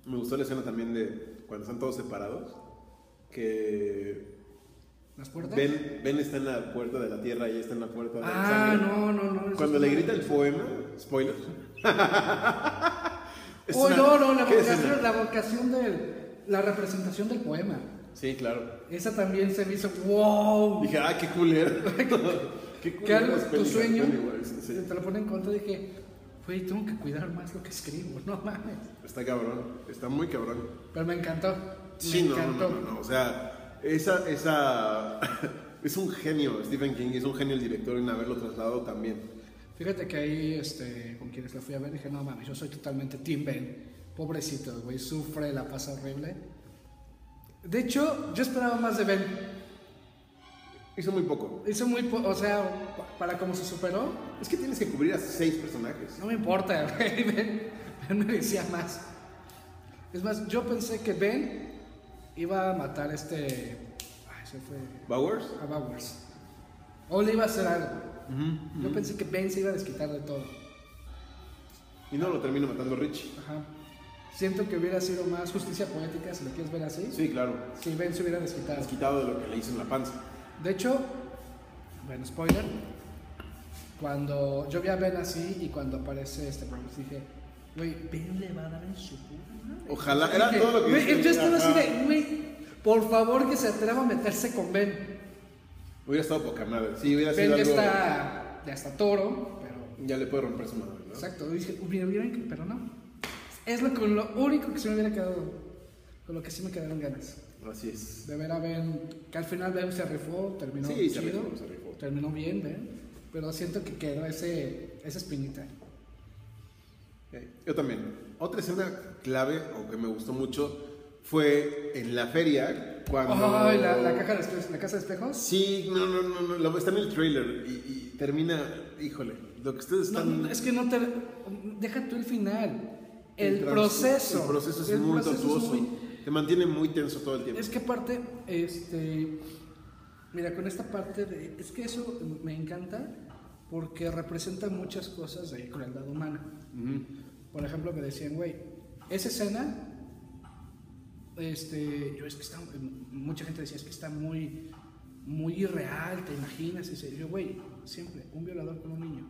Speaker 3: Me gustó la escena también de cuando están todos separados. Que.
Speaker 4: ¿Las puertas?
Speaker 3: Ben, Ben está en la puerta de la tierra y ella está en la puerta de la
Speaker 4: ah,
Speaker 3: sangre.
Speaker 4: no, no, no. eso
Speaker 3: Cuando
Speaker 4: es
Speaker 3: le
Speaker 4: una-
Speaker 3: grita el poema, spoiler. Es
Speaker 4: Oh,
Speaker 3: una-
Speaker 4: no, no, la
Speaker 3: ¿qué escena?
Speaker 4: vocación, la vocación del. La representación del poema.
Speaker 3: Sí, claro.
Speaker 4: Esa también se me hizo. ¡Wow!
Speaker 3: Dije, ah, qué culero. qué
Speaker 4: Que algo,
Speaker 3: es
Speaker 4: tu
Speaker 3: Pennywise,
Speaker 4: sueño.
Speaker 3: Pennywise, sí.
Speaker 4: Te lo pone en contra. Dije, güey, tengo que cuidar más lo que escribo, no mames.
Speaker 3: Está cabrón, está muy cabrón.
Speaker 4: Pero me encantó.
Speaker 3: Sí,
Speaker 4: me
Speaker 3: no, no,
Speaker 4: encantó.
Speaker 3: no, no, no, o sea, esa, esa, es un genio Stephen King, es un genio el director en haberlo trasladado también.
Speaker 4: Fíjate que ahí, este, con quienes la fui a ver, dije, no mames, yo soy totalmente Tim Ben. Pobrecito, güey, sufre, la pasa horrible. De hecho, yo esperaba más de Ben.
Speaker 3: Hizo muy poco.
Speaker 4: Hizo muy, po- o sea, pa- para cómo se superó,
Speaker 3: Es que tienes que cubrir a seis personajes.
Speaker 4: No me importa, güey. Ben, Ben merecía más. Es más, yo pensé que Ben iba a matar a este. Ay, se fue.
Speaker 3: Bowers,
Speaker 4: A Bowers. O le iba a hacer algo. Yo pensé que Ben se iba a desquitar de todo.
Speaker 3: y no lo termino matando Rich.
Speaker 4: Ajá. Siento que hubiera sido más justicia poética, si lo quieres ver así.
Speaker 3: Sí, claro,
Speaker 4: Si Ben se hubiera desquitado.
Speaker 3: has quitado de lo que le hizo en la panza.
Speaker 4: De hecho, bueno, spoiler. Cuando yo vi a Ben así y cuando aparece este Bowers, dije, güey, Ben le va a dar en su puta madre".
Speaker 3: Ojalá, era
Speaker 4: Dije,
Speaker 3: todo lo que...
Speaker 4: Güey,
Speaker 3: hizo.
Speaker 4: yo estaba así
Speaker 3: Ajá.
Speaker 4: de, güey, Por favor, que se atreva a meterse con Ben.
Speaker 3: Hubiera estado poca madre. Sí, hubiera
Speaker 4: Ben
Speaker 3: sido
Speaker 4: ya
Speaker 3: algo.
Speaker 4: está, ya está toro, pero.
Speaker 3: Ya le puede romper su madre, ¿no?
Speaker 4: Exacto, dije, "Oh, hubiera, hubiera, pero no. Es lo, con lo único que se me hubiera quedado. Con lo que sí me quedaron ganas.
Speaker 3: Así es.
Speaker 4: De ver a Ben, que al final Ben se rifó, terminó
Speaker 3: Sí, se
Speaker 4: chido,
Speaker 3: rifó, se rifó.
Speaker 4: terminó bien Ben, pero siento que quedó ese, esa espinita.
Speaker 3: Eh, Yo también. Otra escena clave o que me gustó mucho fue en la feria cuando.
Speaker 4: Ay, la, la caja de espejos, la casa de espejos.
Speaker 3: Sí, no, no, no, no, lo- está en el trailer y, y termina, híjole, lo que ustedes
Speaker 4: No,
Speaker 3: están...
Speaker 4: no, es que no te, deja tú el final, el,
Speaker 3: el trans-
Speaker 4: proceso.
Speaker 3: El proceso es
Speaker 4: el
Speaker 3: muy
Speaker 4: proceso es
Speaker 3: tortuoso.
Speaker 4: muy-
Speaker 3: Te mantiene muy tenso todo el tiempo.
Speaker 4: Es que aparte, este, mira, con esta parte de, es que eso me encanta porque representa muchas cosas de crueldad humana. Por ejemplo, me decían, güey, esa escena, este, yo es que está, mucha gente decía, es que está muy, muy irreal, te imaginas, y se- yo, güey, siempre, un violador con un niño,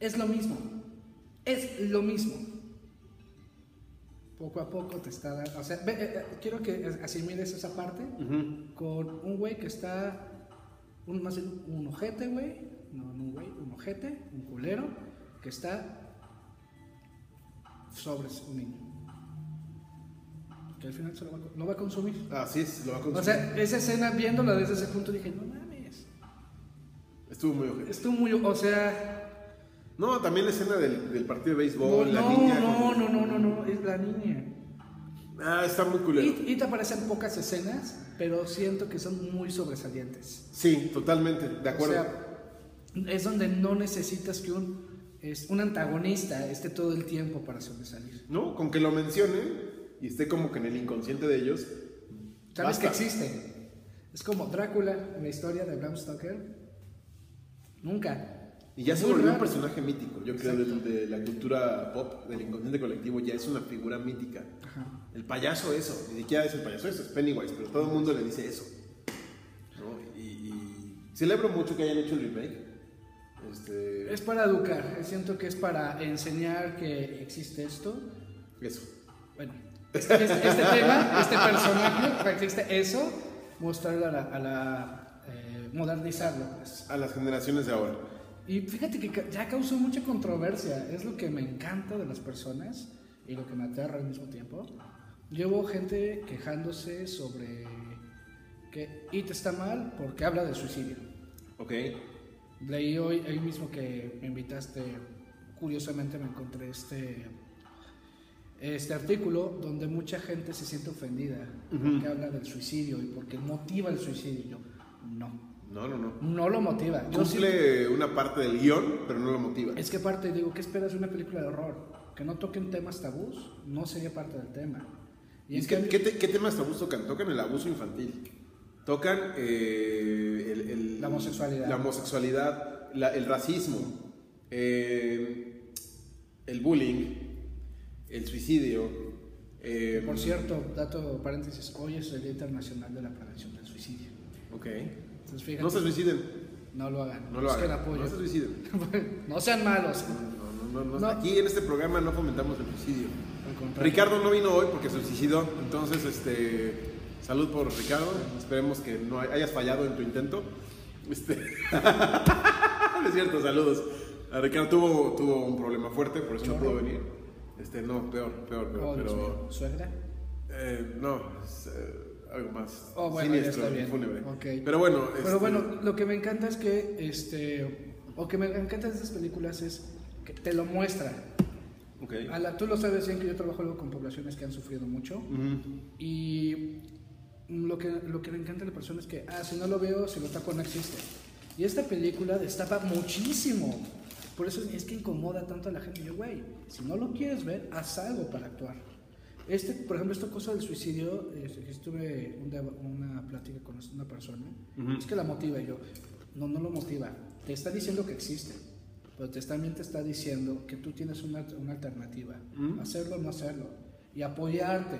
Speaker 4: es lo mismo, es lo mismo poco a poco te está dando. O sea, ve- eh, eh, quiero que as- asimiles esa parte con un güey que está. Un, más bien un ojete, güey. No, no un güey, un ojete, un culero, que está sobre un niño. Que al final se lo va, a co- lo va a consumir.
Speaker 3: Así es, lo va a
Speaker 4: O
Speaker 3: consumir.
Speaker 4: sea, esa escena, viéndola desde ese punto, dije, no mames.
Speaker 3: Estuvo muy ojete.
Speaker 4: Esto muy. O sea.
Speaker 3: No, también la escena del, del partido de
Speaker 4: No,
Speaker 3: béisbol, la
Speaker 4: no,
Speaker 3: niña...
Speaker 4: no,
Speaker 3: con-
Speaker 4: no, no, no, no, es la niña.
Speaker 3: Ah, está muy culero.
Speaker 4: Y, y te aparecen pocas escenas, pero siento que son muy sobresalientes.
Speaker 3: Sí, totalmente, de
Speaker 4: O
Speaker 3: acuerdo.
Speaker 4: sea, es donde no necesitas que un, es, un antagonista esté todo el tiempo para sobresalir.
Speaker 3: no, con que lo mencione y esté como que en el inconsciente de ellos.
Speaker 4: Sabes
Speaker 3: Basta.
Speaker 4: que existe. Es como Drácula en la historia de Bram Stoker. Nunca.
Speaker 3: Y ya se
Speaker 4: Muy
Speaker 3: volvió un
Speaker 4: raro.
Speaker 3: personaje mítico. Yo creo dentro de la cultura pop, del inconsciente colectivo, ya es una figura mítica.
Speaker 4: Ajá.
Speaker 3: El payaso eso, ni siquiera es el payaso eso, es Pennywise, pero todo el mundo le dice eso. ¿no? Y, y celebro mucho que hayan hecho el remake. Este,
Speaker 4: Es para educar. Siento que es para enseñar que existe esto.
Speaker 3: Eso.
Speaker 4: Bueno, este, este- este tema, este personaje, existe eso, mostrarlo a la, a la, eh, modernizarlo. pues.
Speaker 3: A las generaciones de ahora.
Speaker 4: Y fíjate que ca- ya causó mucha controversia, es lo que me encanta de las personas y lo que me aterra al mismo tiempo. Llevo gente quejándose sobre que IT está mal porque habla de suicidio.
Speaker 3: Ok.
Speaker 4: Leí hoy, hoy mismo que me invitaste, curiosamente me encontré este, este artículo donde mucha gente se siente ofendida porque habla del suicidio y porque motiva el suicidio. Yo, no,
Speaker 3: No, no, no.
Speaker 4: no lo motiva. Yo siento-
Speaker 3: Cumple una parte del guión, pero no lo motiva.
Speaker 4: es que aparte digo, ¿qué esperas de una película de horror? Que no toquen temas tabús, no sería parte del tema. Y
Speaker 3: Y es
Speaker 4: en
Speaker 3: que,
Speaker 4: cambio-
Speaker 3: ¿qué, te- qué temas tabús tocan? Tocan el abuso infantil, tocan eh, el, el-
Speaker 4: La homosexualidad.
Speaker 3: la homosexualidad, la- el racismo, eh, el bullying, el suicidio. eh,
Speaker 4: por cierto, dato paréntesis, hoy es el Día Internacional de la Prevención del Suicidio.
Speaker 3: ok.
Speaker 4: Entonces, fíjate,
Speaker 3: No se suiciden,
Speaker 4: no lo hagan,
Speaker 3: no lo
Speaker 4: busquen
Speaker 3: hagan.
Speaker 4: apoyo.
Speaker 3: No se suiciden.
Speaker 4: no sean malos.
Speaker 3: No, no, no, no.
Speaker 4: No.
Speaker 3: Aquí en este programa no fomentamos el suicidio.
Speaker 4: Al contrario.
Speaker 3: Ricardo no vino hoy porque se suicidó, entonces este salud por Ricardo. Esperemos que no hay- hayas fallado en tu intento. Este No es cierto, saludos. A Ricardo tuvo, tuvo un problema fuerte, por eso no pudo venir. Este no, peor, peor, peor,
Speaker 4: Oh, Dios
Speaker 3: pero
Speaker 4: mío. ¿Suegra?
Speaker 3: eh, no, es, eh, algo más
Speaker 4: Oh, bueno, ya
Speaker 3: siniestro,
Speaker 4: está bien.
Speaker 3: fúnebre.
Speaker 4: Ok.
Speaker 3: Pero bueno, este,
Speaker 4: Pero bueno, lo que me encanta es que, este, o que me encanta de estas películas es que te lo muestra.
Speaker 3: ok.
Speaker 4: A la- tú lo sabes bien que yo trabajo luego con poblaciones que han sufrido mucho.
Speaker 3: Ujú.
Speaker 4: Y lo que, lo que le encanta a la persona es que, ah, si no lo veo, si lo taco no existe. Y esta película destapa muchísimo. Por eso es que incomoda tanto a la gente. Yo, güey, si no lo quieres ver, haz algo para actuar. Este, por ejemplo, esta cosa del suicidio, eh, estuve un deba- una plática con una persona, es que la motiva y yo. No, no lo motiva. Te está diciendo que existe, pero te- también te está diciendo que tú tienes una, una alternativa, hacerlo o no hacerlo, y apoyarte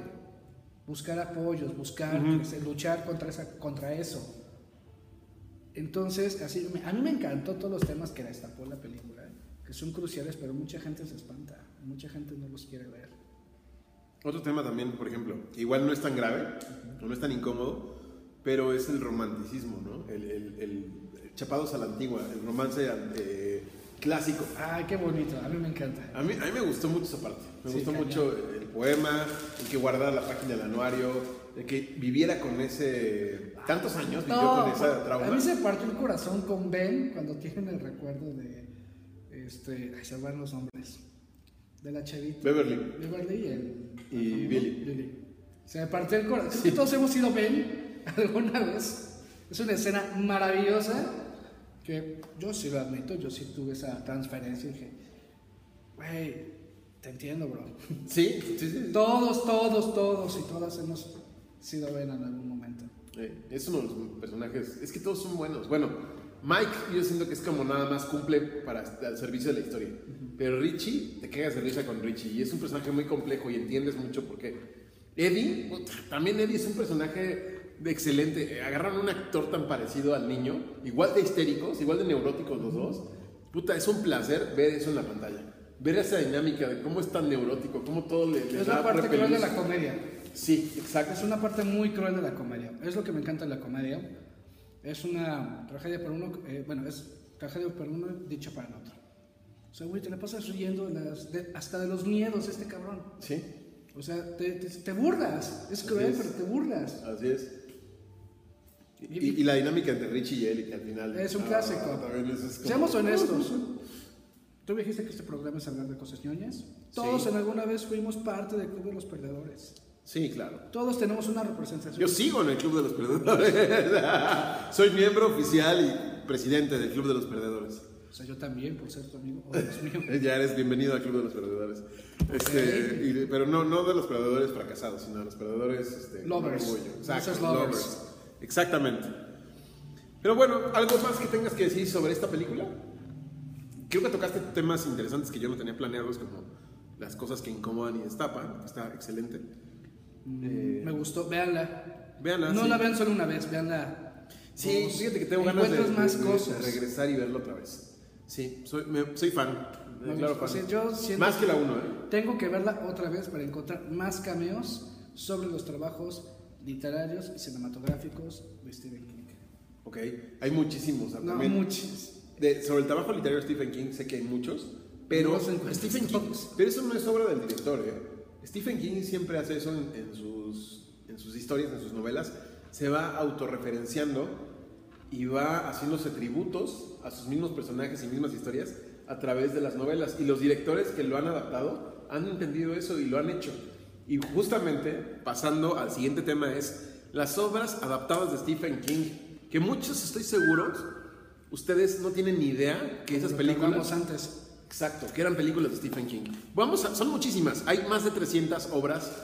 Speaker 4: buscar apoyos, buscar, crecer, luchar contra, esa, contra eso. Entonces, así, me- a mí me encantó todos los temas que destapó la película, ¿eh? que son cruciales, pero mucha gente se espanta, mucha gente no los quiere ver.
Speaker 3: Otro tema también, por ejemplo, que igual no es tan grave, o no es tan incómodo, pero es el romanticismo, ¿no? El, el- el- el chapados a la antigua, el romance eh, clásico.
Speaker 4: Ay, qué bonito, a mí me encanta.
Speaker 3: A mí, a mí me gustó mucho esa parte. Me
Speaker 4: Sí,
Speaker 3: gustó
Speaker 4: cañón.
Speaker 3: mucho el poema, el que guardara la página del anuario, el que viviera con ese. Tantos años vivió con esa trauma.
Speaker 4: a mí se partió el corazón con Ben cuando tienen el recuerdo de. Este, ay, se me van los nombres. De la chavita.
Speaker 3: Beverly.
Speaker 4: Beverly y el.
Speaker 3: Y
Speaker 4: ajá, ¿no?
Speaker 3: Billy.
Speaker 4: Se me partió el corazón. Creo que Todos hemos sido Ben alguna vez. Es una escena maravillosa que yo sí lo admito, yo sí tuve esa transferencia y dije, güey, te entiendo, bro.
Speaker 3: Sí, sí, sí. sí.
Speaker 4: Todos, todos, todos y todas hemos sido Ben en algún momento.
Speaker 3: Eh, es uno de los personajes. Es que todos son buenos. Bueno, Mike, yo siento que es como nada más cumple para al servicio de la historia. Pero Richie, te cagas de risa con Richie. Y es un personaje muy complejo y entiendes mucho por qué. Eddie, puta, también Eddie es un personaje de excelente. Eh, Agarraron un actor tan parecido al niño, igual de histéricos, igual de neuróticos los dos. Puta, es un placer ver eso en la pantalla. Ver esa dinámica de cómo es tan neurótico, cómo todo le, le
Speaker 4: Es
Speaker 3: da
Speaker 4: la parte cruel de
Speaker 3: repelús.
Speaker 4: la comedia.
Speaker 3: Sí, exacto.
Speaker 4: Es una parte muy cruel de la comedia. Es lo que me encanta de la comedia. Es una tragedia para uno, eh, bueno, es tragedia para uno, dicha para el otro. O sea, güey, te la pasas riendo de las- de- hasta de los miedos este cabrón.
Speaker 3: Sí,
Speaker 4: O sea, te, te- te burlas. Es cruel,
Speaker 3: es.
Speaker 4: pero te burlas.
Speaker 3: Así es. Y, y- y la dinámica entre Richie y Eli, que al final.
Speaker 4: Es un
Speaker 3: Ah,
Speaker 4: clásico.
Speaker 3: también eso es como-
Speaker 4: Seamos honestos. Tú me dijiste que este programa es hablar de cosas ñoñas. Todos
Speaker 3: Sí.
Speaker 4: en alguna vez fuimos parte del Club de los Perdedores.
Speaker 3: Sí, claro.
Speaker 4: Todos tenemos una representación.
Speaker 3: Yo sigo en el Club de los Perdedores. Soy miembro oficial y presidente del Club de los Perdedores.
Speaker 4: O sea, yo también, por ser tu amigo. Oh, Dios mío.
Speaker 3: Eh, Ya eres bienvenido al Club de los Perdedores. Este, y de- pero no, no de los perdedores fracasados, sino de los perdedores este, con
Speaker 4: Lovers.
Speaker 3: orgullo. Exacto,
Speaker 4: Esos lovers.
Speaker 3: lovers. Exactamente. Pero bueno, ¿algo más que tengas que decir sobre esta película? Creo que tocaste temas interesantes que yo no tenía planeados, como las cosas que incomodan y destapan. que Está excelente.
Speaker 4: Me gustó, véanla.
Speaker 3: Véanla,
Speaker 4: No
Speaker 3: sí.
Speaker 4: la vean solo una vez, véanla.
Speaker 3: Sí,
Speaker 4: dos.
Speaker 3: Oh, fíjate que tengo ganas de,
Speaker 4: Encuentras más
Speaker 3: de- de
Speaker 4: cosas.
Speaker 3: regresar y verlo otra vez. Sí, soy, me- soy fan.
Speaker 4: Me
Speaker 3: Claro,
Speaker 4: gustó.
Speaker 3: fan.
Speaker 4: O sea, yo siento
Speaker 3: Más que la uno, ¿eh?
Speaker 4: Tengo que verla otra vez para encontrar más cameos sobre los trabajos literarios y cinematográficos de Stephen King.
Speaker 3: Ok, hay muchísimos. o sea,
Speaker 4: No,
Speaker 3: Ah, también-
Speaker 4: muchos.
Speaker 3: De- sobre el trabajo literario de Stephen King, sé que hay muchos, pero,
Speaker 4: No los encuentro
Speaker 3: Stephen King,
Speaker 4: todos.
Speaker 3: pero eso no es obra del director. ¿eh? Stephen King siempre hace eso en, en sus, en sus historias, en sus novelas. Se va autorreferenciando y va haciéndose tributos a sus mismos personajes y mismas historias a través de las novelas. Y los directores que lo han adaptado han entendido eso y lo han hecho. Y justamente, pasando al siguiente tema, es las obras adaptadas de Stephen King, que muchos estoy seguro Ustedes no tienen ni idea que esas
Speaker 4: Pues Lo que hablamos
Speaker 3: películas.
Speaker 4: antes.
Speaker 3: Exacto, que eran películas de Stephen King. Vamos a- son muchísimas. Hay más de 300 obras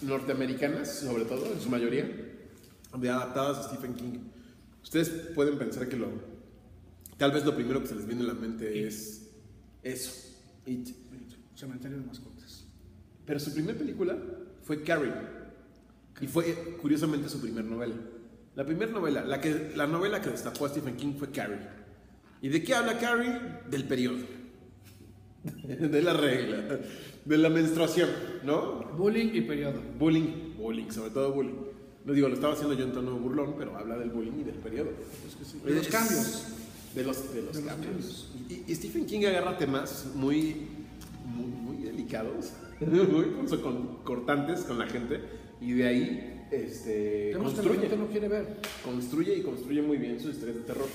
Speaker 3: norteamericanas, sobre todo, en su mayoría, de adaptadas a Stephen King. Ustedes pueden pensar que lo. Tal vez lo primero que se les viene a la mente es. Eso. It.
Speaker 4: Cementerio de mascotas.
Speaker 3: Pero su primera película fue Carrie. Y fue, eh, curiosamente, su primer novela. La primera novela, la, que, la novela que destapó a Stephen King fue Carrie. ¿Y de qué habla Carrie? Del periodo. De la regla. De la menstruación, ¿no?
Speaker 4: Bullying y periodo.
Speaker 3: Bullying. Bullying, sobre todo bullying. No digo, lo estaba haciendo yo en tono burlón, pero habla del bullying y del periodo.
Speaker 4: De los
Speaker 3: Es-
Speaker 4: cambios.
Speaker 3: De los, de los
Speaker 4: De los
Speaker 3: cambios.
Speaker 4: cambios.
Speaker 3: Y, y Stephen King agarra temas muy, muy, muy delicados, muy con- con- cortantes con la gente, y de ahí este,
Speaker 4: Temas que la
Speaker 3: construye,
Speaker 4: gente no quiere ver.
Speaker 3: construye y construye muy bien sus historias de terror.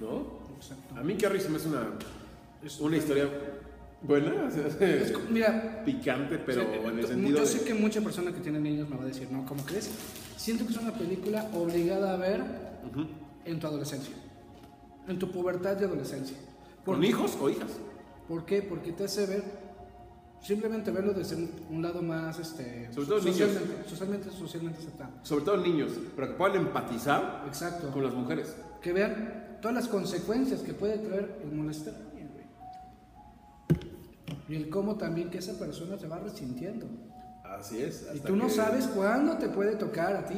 Speaker 3: ¿No?
Speaker 4: Exacto.
Speaker 3: A mí Carrie se me hace una, una historia buena, o sea, es como
Speaker 4: Mira,
Speaker 3: picante, pero
Speaker 4: Sí,
Speaker 3: en el
Speaker 4: yo-
Speaker 3: sentido
Speaker 4: Yo
Speaker 3: de...
Speaker 4: sé que mucha persona que tiene niños me va a decir, no, ¿cómo crees? Siento que es una película obligada a ver en tu adolescencia, en tu pubertad y adolescencia. ¿Por
Speaker 3: ¿Con
Speaker 4: qué?
Speaker 3: hijos o hijas?
Speaker 4: ¿Por qué? Porque te hace ver, simplemente verlo desde un, un lado más, este,
Speaker 3: Sobre todo niños.
Speaker 4: socialmente, socialmente, socialmente aceptable.
Speaker 3: Sobre todo niños, pero que puedan empatizar
Speaker 4: Exacto.
Speaker 3: con las mujeres.
Speaker 4: Que vean todas las consecuencias que puede traer el molestar. a alguien, güey. Y el cómo también que esa persona se va resintiendo.
Speaker 3: Así es.
Speaker 4: Y
Speaker 3: hasta
Speaker 4: tú no
Speaker 3: que-
Speaker 4: sabes cuándo te puede tocar a ti.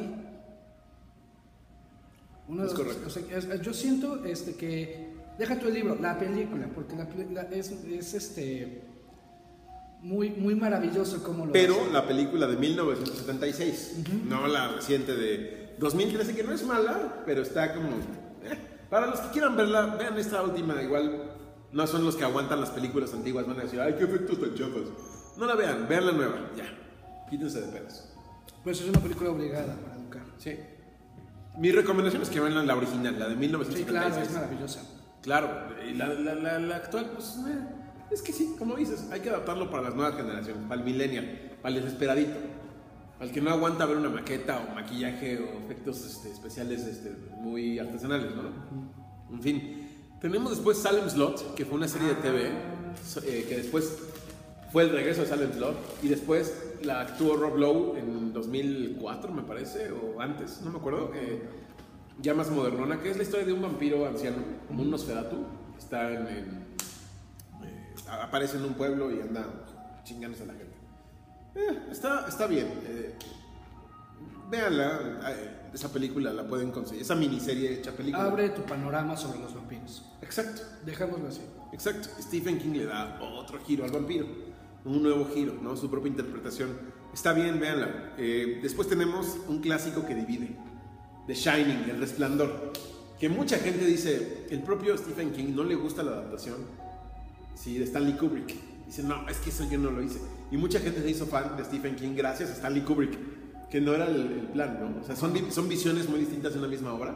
Speaker 4: Uno de
Speaker 3: Es
Speaker 4: los-
Speaker 3: correcto.
Speaker 4: o sea, es- yo siento este, que. Deja tu libro, la película, porque la, peli- la- es, es, este. muy, muy maravilloso como lo
Speaker 3: Pero
Speaker 4: hace.
Speaker 3: la película de 1976, no la reciente de 2013, que no es mala, pero está como... eh. Para los que quieran verla, vean esta última, igual no son los que aguantan las películas antiguas, van a decir, ay, qué efectos tan chafas. No la vean, vean la nueva, ya. Quítense de pedos.
Speaker 4: Pues es una película obligada para educar.
Speaker 3: Sí. Mi recomendación es que vean la- la original, la de
Speaker 4: Sí, claro, es
Speaker 3: 1976.
Speaker 4: maravillosa.
Speaker 3: Claro, y la, la- la- la actual, pues eh, es que sí, como dices, hay que adaptarlo para las nuevas generaciones, para el millennial, para el desesperadito, para el que no aguanta ver una maqueta o maquillaje o efectos este, especiales este, muy artesanales, ¿no? En fin, tenemos después Salem Slot, que fue una serie de TV, so- eh, que después fue el regreso de Salem Slot, y después la actuó Rob Lowe en 2004, me parece, o antes, no me acuerdo. eh, ya más modernona, que es la historia de un vampiro anciano, como un Nosferatu, que está en, en- eh, a- aparece en un pueblo y anda chingándose a la gente. Eh, está, está bien. eh, véanla, eh, esa película la pueden conseguir, esa miniserie hecha película.
Speaker 4: Abre tu panorama sobre los vampiros.
Speaker 3: Exacto,
Speaker 4: Dejámoslo así.
Speaker 3: exacto. Stephen King le da otro giro al vampiro, un nuevo giro, ¿no? Su propia interpretación. Está bien, véanla. Eh, después tenemos un clásico que divide. The Shining, El Resplandor, que mucha gente dice, el propio Stephen King no le gusta la adaptación sí, de Stanley Kubrick. Dice, no, es que eso yo no lo hice. Y mucha gente se hizo fan de Stephen King gracias a Stanley Kubrick, que no era el, el plan, ¿no? O sea, son, di- son visiones muy distintas de una misma obra,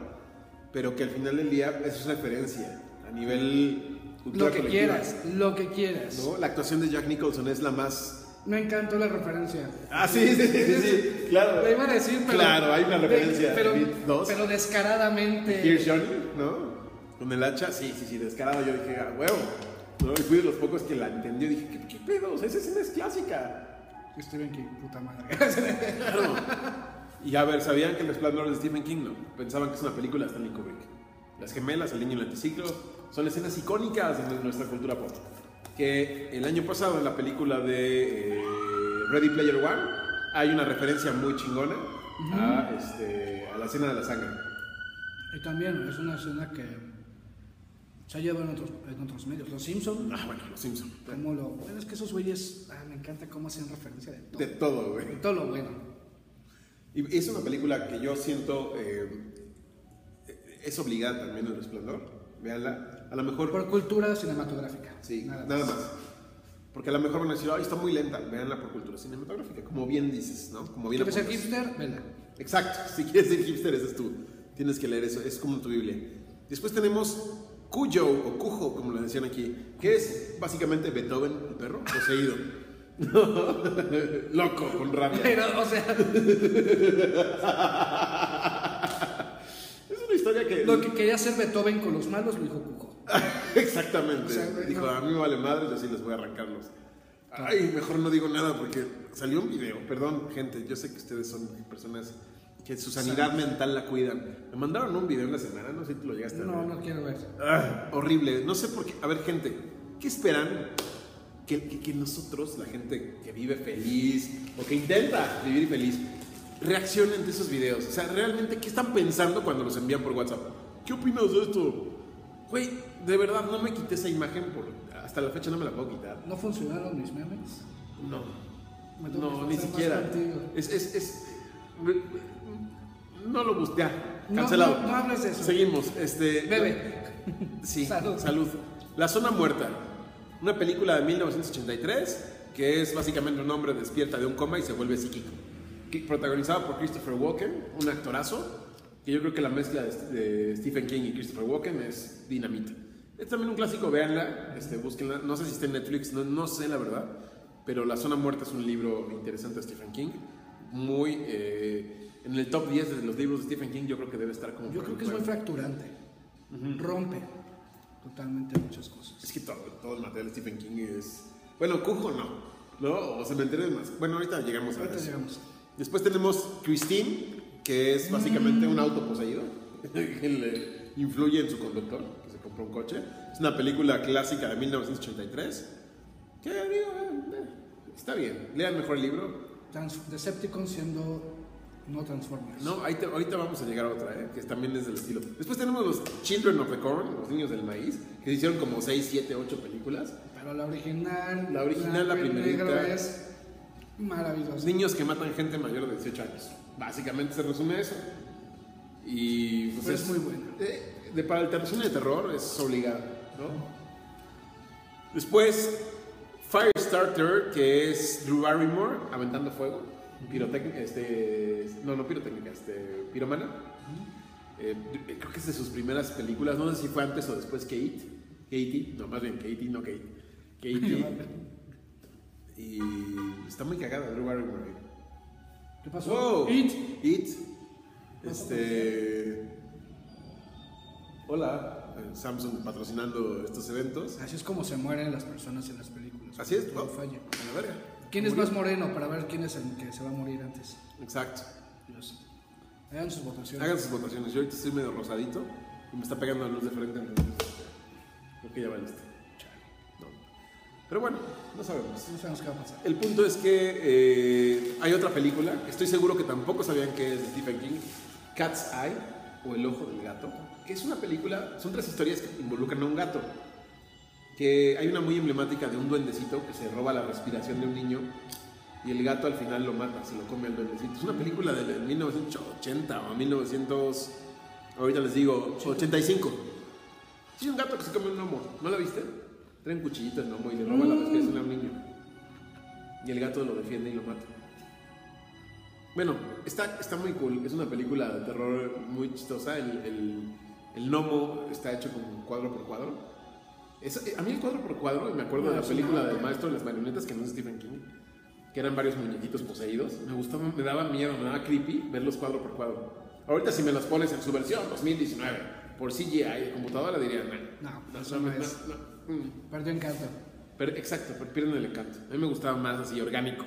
Speaker 3: pero que al final del día eso es referencia a nivel cultura
Speaker 4: Lo que
Speaker 3: colectiva,
Speaker 4: quieras, lo que quieras.
Speaker 3: ¿no? La actuación de Jack Nicholson es la más...
Speaker 4: Me encantó la referencia.
Speaker 3: Ah, sí, sí, sí, sí, sí, claro.
Speaker 4: Lo iba a decir, pero.
Speaker 3: Claro, hay una
Speaker 4: de-
Speaker 3: referencia.
Speaker 4: Pero,
Speaker 3: Beat dos.
Speaker 4: pero descaradamente.
Speaker 3: Here's Johnny, ¿no? Con el hacha, sí, sí, sí, descarado. Yo dije, ah, huevo. ¿no? Y fui de los pocos que la entendió. Dije, ¿qué, qué pedos? Esa escena es clásica.
Speaker 4: Stephen King, puta madre.
Speaker 3: Claro. y a ver, ¿sabían que El Resplandor es de Stephen King? No. Pensaban que es una película de Stanley Kubrick. Las gemelas, el niño y el anticiclo, son escenas icónicas de nuestra cultura pop. Que el año pasado, en la película de eh, Ready Player One, hay una referencia muy chingona a, este, a la escena de la sangre.
Speaker 4: y también es una escena que se ha llevado en otros, en otros medios. Los Simpsons.
Speaker 3: Ah, bueno, los Simpsons.
Speaker 4: Como lo. Bueno, es que esos güeyes. Ah, me encanta cómo hacen referencia de todo.
Speaker 3: De todo, güey.
Speaker 4: de todo lo bueno.
Speaker 3: Y es una película que yo siento eh, es obligada también el resplandor. Veanla. A lo mejor.
Speaker 4: Por cultura cinematográfica.
Speaker 3: sí, nada, más. Porque a lo mejor van a decir, ay, está muy lenta. Veanla por cultura cinematográfica. Como bien dices, ¿no? Como bien
Speaker 4: ¿Quieres ser
Speaker 3: apuntas.
Speaker 4: hipster? Vela.
Speaker 3: Exacto. Si quieres ser hipster, ese es tú. Tienes que leer eso. Es como tu Biblia. Después tenemos Cuyo o Cujo, como lo decían aquí, que es básicamente Beethoven, el perro, poseído. Loco, con rabia.
Speaker 4: Pero, o sea,
Speaker 3: Es una historia que.
Speaker 4: lo que quería hacer Beethoven con los malos lo dijo Cuco.
Speaker 3: Exactamente.
Speaker 4: O sea, güey,
Speaker 3: Dijo,
Speaker 4: no.
Speaker 3: a mí me vale madre, yo sí les voy a arrancarlos. Ay, mejor no digo nada porque salió un video. Perdón, gente, yo sé que ustedes son personas que su sanidad mental la cuidan. Me mandaron un video en la semana, no sé si tú lo llegaste a
Speaker 4: No,
Speaker 3: ver.
Speaker 4: no quiero ver.
Speaker 3: Ah, horrible. No sé por qué. A ver, gente, ¿qué esperan? Que, que- que nosotros, la gente que vive feliz o que intenta vivir feliz, reaccionen de esos videos. O sea, realmente, ¿qué están pensando cuando los envían por WhatsApp? ¿Qué opinas de esto? Güey, de verdad, no me quité esa imagen por... Hasta la fecha no me la puedo quitar.
Speaker 4: ¿No funcionaron mis memes?
Speaker 3: No.
Speaker 4: Me tengo que
Speaker 3: No, ni
Speaker 4: esforzar más
Speaker 3: siquiera.
Speaker 4: contigo.
Speaker 3: Es, es, es... No lo busqué.
Speaker 4: No,
Speaker 3: Cancelado.
Speaker 4: no, no hables de eso.
Speaker 3: Seguimos. Este,
Speaker 4: Bebe.
Speaker 3: Sí,
Speaker 4: Salud.
Speaker 3: salud. La Zona Muerta, una película de 1983 que es básicamente un hombre despierta de un coma y se vuelve psíquico. Que- Protagonizada por Christopher Walken, un actorazo, que yo creo que la mezcla de, de Stephen King y Christopher Walken es dinamita. Es también un clásico, véanla, este, búsquenla. No sé si está en Netflix, no, no sé la verdad, pero La Zona Muerta es un libro interesante de Stephen King. Muy eh, en el top 10 de los libros de Stephen King, yo creo que debe estar como.
Speaker 4: Yo
Speaker 3: por
Speaker 4: creo
Speaker 3: el
Speaker 4: que es muy
Speaker 3: cuarto.
Speaker 4: fracturante. Rompe totalmente muchas cosas.
Speaker 3: Es que todo, todo el material de Stephen King es. Bueno, Cujo no, ¿no? O Cementerio de más. Bueno, ahorita llegamos a
Speaker 4: Ahorita
Speaker 3: eso.
Speaker 4: llegamos.
Speaker 3: Después tenemos Christine, que es
Speaker 4: Mm.
Speaker 3: básicamente un auto poseído, que le influye en su conductor, que se compró un coche. Es una película clásica de 1983. Que digo, eh, eh, está bien. Lean mejor el libro.
Speaker 4: Trans- Decepticon siendo no Transformers.
Speaker 3: No, ahí te- ahorita vamos a llegar a otra, ¿eh? que también es del estilo. Después tenemos los Children of the Corn, los niños del maíz, que se hicieron como 6, 7, 8 películas.
Speaker 4: Pero Pero la original.
Speaker 3: La original, la
Speaker 4: blanco y
Speaker 3: primerita.
Speaker 4: negro, es maravillosa.
Speaker 3: Niños que matan gente mayor de 18 años. Básicamente se resume eso. Y pues,
Speaker 4: Pero es muy buena.
Speaker 3: eh, de, para el terreno de terror es obligado, ¿no? Después, Firestarter, que es Drew Barrymore aventando fuego, pirotécnica, este, no, no pirotécnica, este, piromana. Eh, eh, creo que es de sus primeras películas, no sé si fue antes o después que It. Katie, no, más bien Katie, no Kate. Katie. y está muy cagada Drew Barrymore. eh.
Speaker 4: ¿Qué pasó?
Speaker 3: Wow.
Speaker 4: It.
Speaker 3: It. Este. Hola, eh, Samsung patrocinando estos eventos.
Speaker 4: Así es como se mueren las personas en las películas.
Speaker 3: Así es,
Speaker 4: Todo
Speaker 3: ¿no?
Speaker 4: falla.
Speaker 3: A la verga.
Speaker 4: ¿Quién es
Speaker 3: Murió.
Speaker 4: más moreno para ver quién es el que se va a morir antes?
Speaker 3: Exacto.
Speaker 4: Dios. Hagan sus votaciones.
Speaker 3: Hagan sus votaciones. Yo ahorita estoy medio rosadito y me está pegando la luz de frente. entonces, Creo que ya va listo. No. Pero bueno, no sabemos.
Speaker 4: No sabemos qué va a pasar.
Speaker 3: El punto es que eh, hay otra película, estoy seguro que tampoco sabían que es de Stephen King, Cat's Eye o El Ojo del Gato, que es una película, son tres historias que involucran a un gato, que hay una muy emblemática de un duendecito que se roba la respiración de un niño y el gato al final lo mata, se lo come el duendecito. Es una película de 1980 o 1900, ahorita les digo, 85. Sí, un gato que se come un gnomo, ¿no la viste? Trae un cuchillito el gnomo y le roba la respiración a un niño. Y el gato lo defiende y lo mata. Bueno, está, está muy cool. Es una película de terror muy chistosa. El, el, el gnomo está hecho como cuadro por cuadro. Es- eh, a mí el cuadro por cuadro, me acuerdo de la película del maestro de las marionetas, que no es Stephen King, que eran varios muñequitos poseídos. Me gustaba, me daba miedo, me daba creepy verlos cuadro por cuadro. Ahorita si me los pones en su versión 2019, por CGI, de computadora, diría, "Nah,
Speaker 4: No, eso no es.
Speaker 3: no, mm".
Speaker 4: Perdió encanto.
Speaker 3: Pero- exacto, pero pierden el encanto. A mí me gustaba más así, orgánico.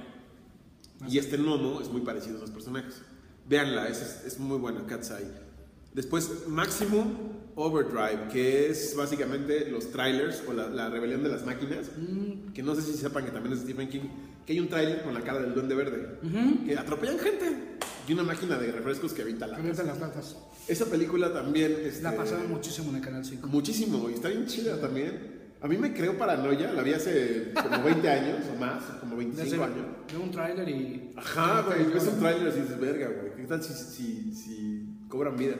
Speaker 3: Y este gnomo es muy parecido a los personajes. Véanla, es- es, es muy buena, Cat's Eye. Después, Maximum Overdrive, que es básicamente los trailers o la, la rebelión de las máquinas.
Speaker 4: Mm.
Speaker 3: Que no sé si sepan que también es de Stephen King. Que hay un trailer con la cara del duende verde. Que atropellan gente. Y una máquina de refrescos que evita la...
Speaker 4: Abriéndote las latas.
Speaker 3: Esa película también... Este,
Speaker 4: La pasaron muchísimo en el Canal 5.
Speaker 3: Muchísimo, y está bien chida también. A mí me creo paranoia, la vi hace como 20 años o más, como 25 años.
Speaker 4: Veo un tráiler y.
Speaker 3: Ajá, güey, ves un tráiler y dices, verga, güey, ¿qué tal si, si, si cobran vida?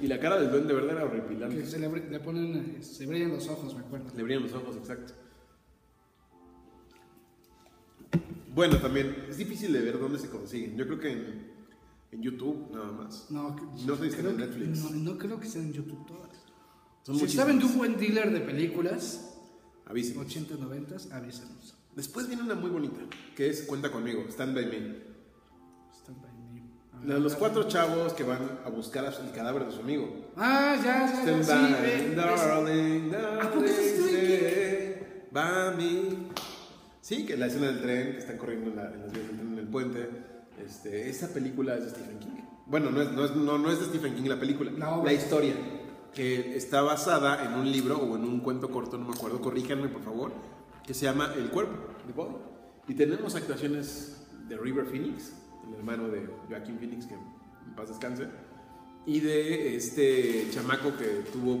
Speaker 3: Y la cara del duende verde era
Speaker 4: Que
Speaker 3: horripilante.
Speaker 4: se le, br- le ponen. eh, Se brillan los ojos, me acuerdo.
Speaker 3: Le brillan los ojos, exacto. Bueno, también es difícil de ver dónde se consiguen. Yo creo que en, en YouTube nada más.
Speaker 4: No, que-
Speaker 3: No sé si está en
Speaker 4: creo que-
Speaker 3: Netflix.
Speaker 4: No, no creo que sea en YouTube todas.
Speaker 3: Son
Speaker 4: si
Speaker 3: muchísimas.
Speaker 4: saben de un buen dealer de películas,
Speaker 3: Avísenme.
Speaker 4: 80, 90, avísanos.
Speaker 3: Después viene una muy bonita, que es Cuenta conmigo, Stand by Me.
Speaker 4: Stand by me. A ver,
Speaker 3: La- Los
Speaker 4: a ver.
Speaker 3: cuatro chavos que van a buscar a su- el cadáver de su amigo.
Speaker 4: Ah, ya, ya, ya.
Speaker 3: Stand
Speaker 4: sí, eh, ve,
Speaker 3: by,
Speaker 4: ves.
Speaker 3: darling,
Speaker 4: ¿A poco
Speaker 3: darling,
Speaker 4: eso es Stephen
Speaker 3: stay by me. Sí, que la escena del tren, que están corriendo en, la- en las vías del tren en el puente. Este, esa película es de Stephen King. Bueno, no es, no es- no- no es de Stephen King la película,
Speaker 4: La
Speaker 3: la
Speaker 4: obra.
Speaker 3: historia. Que está basada en un libro o en un cuento corto, no me acuerdo, corríjanme por favor, que se llama El cuerpo, The Body. Y tenemos actuaciones de River Phoenix, el hermano de Joaquín Phoenix, que en paz descanse, y de este chamaco que tuvo, eh,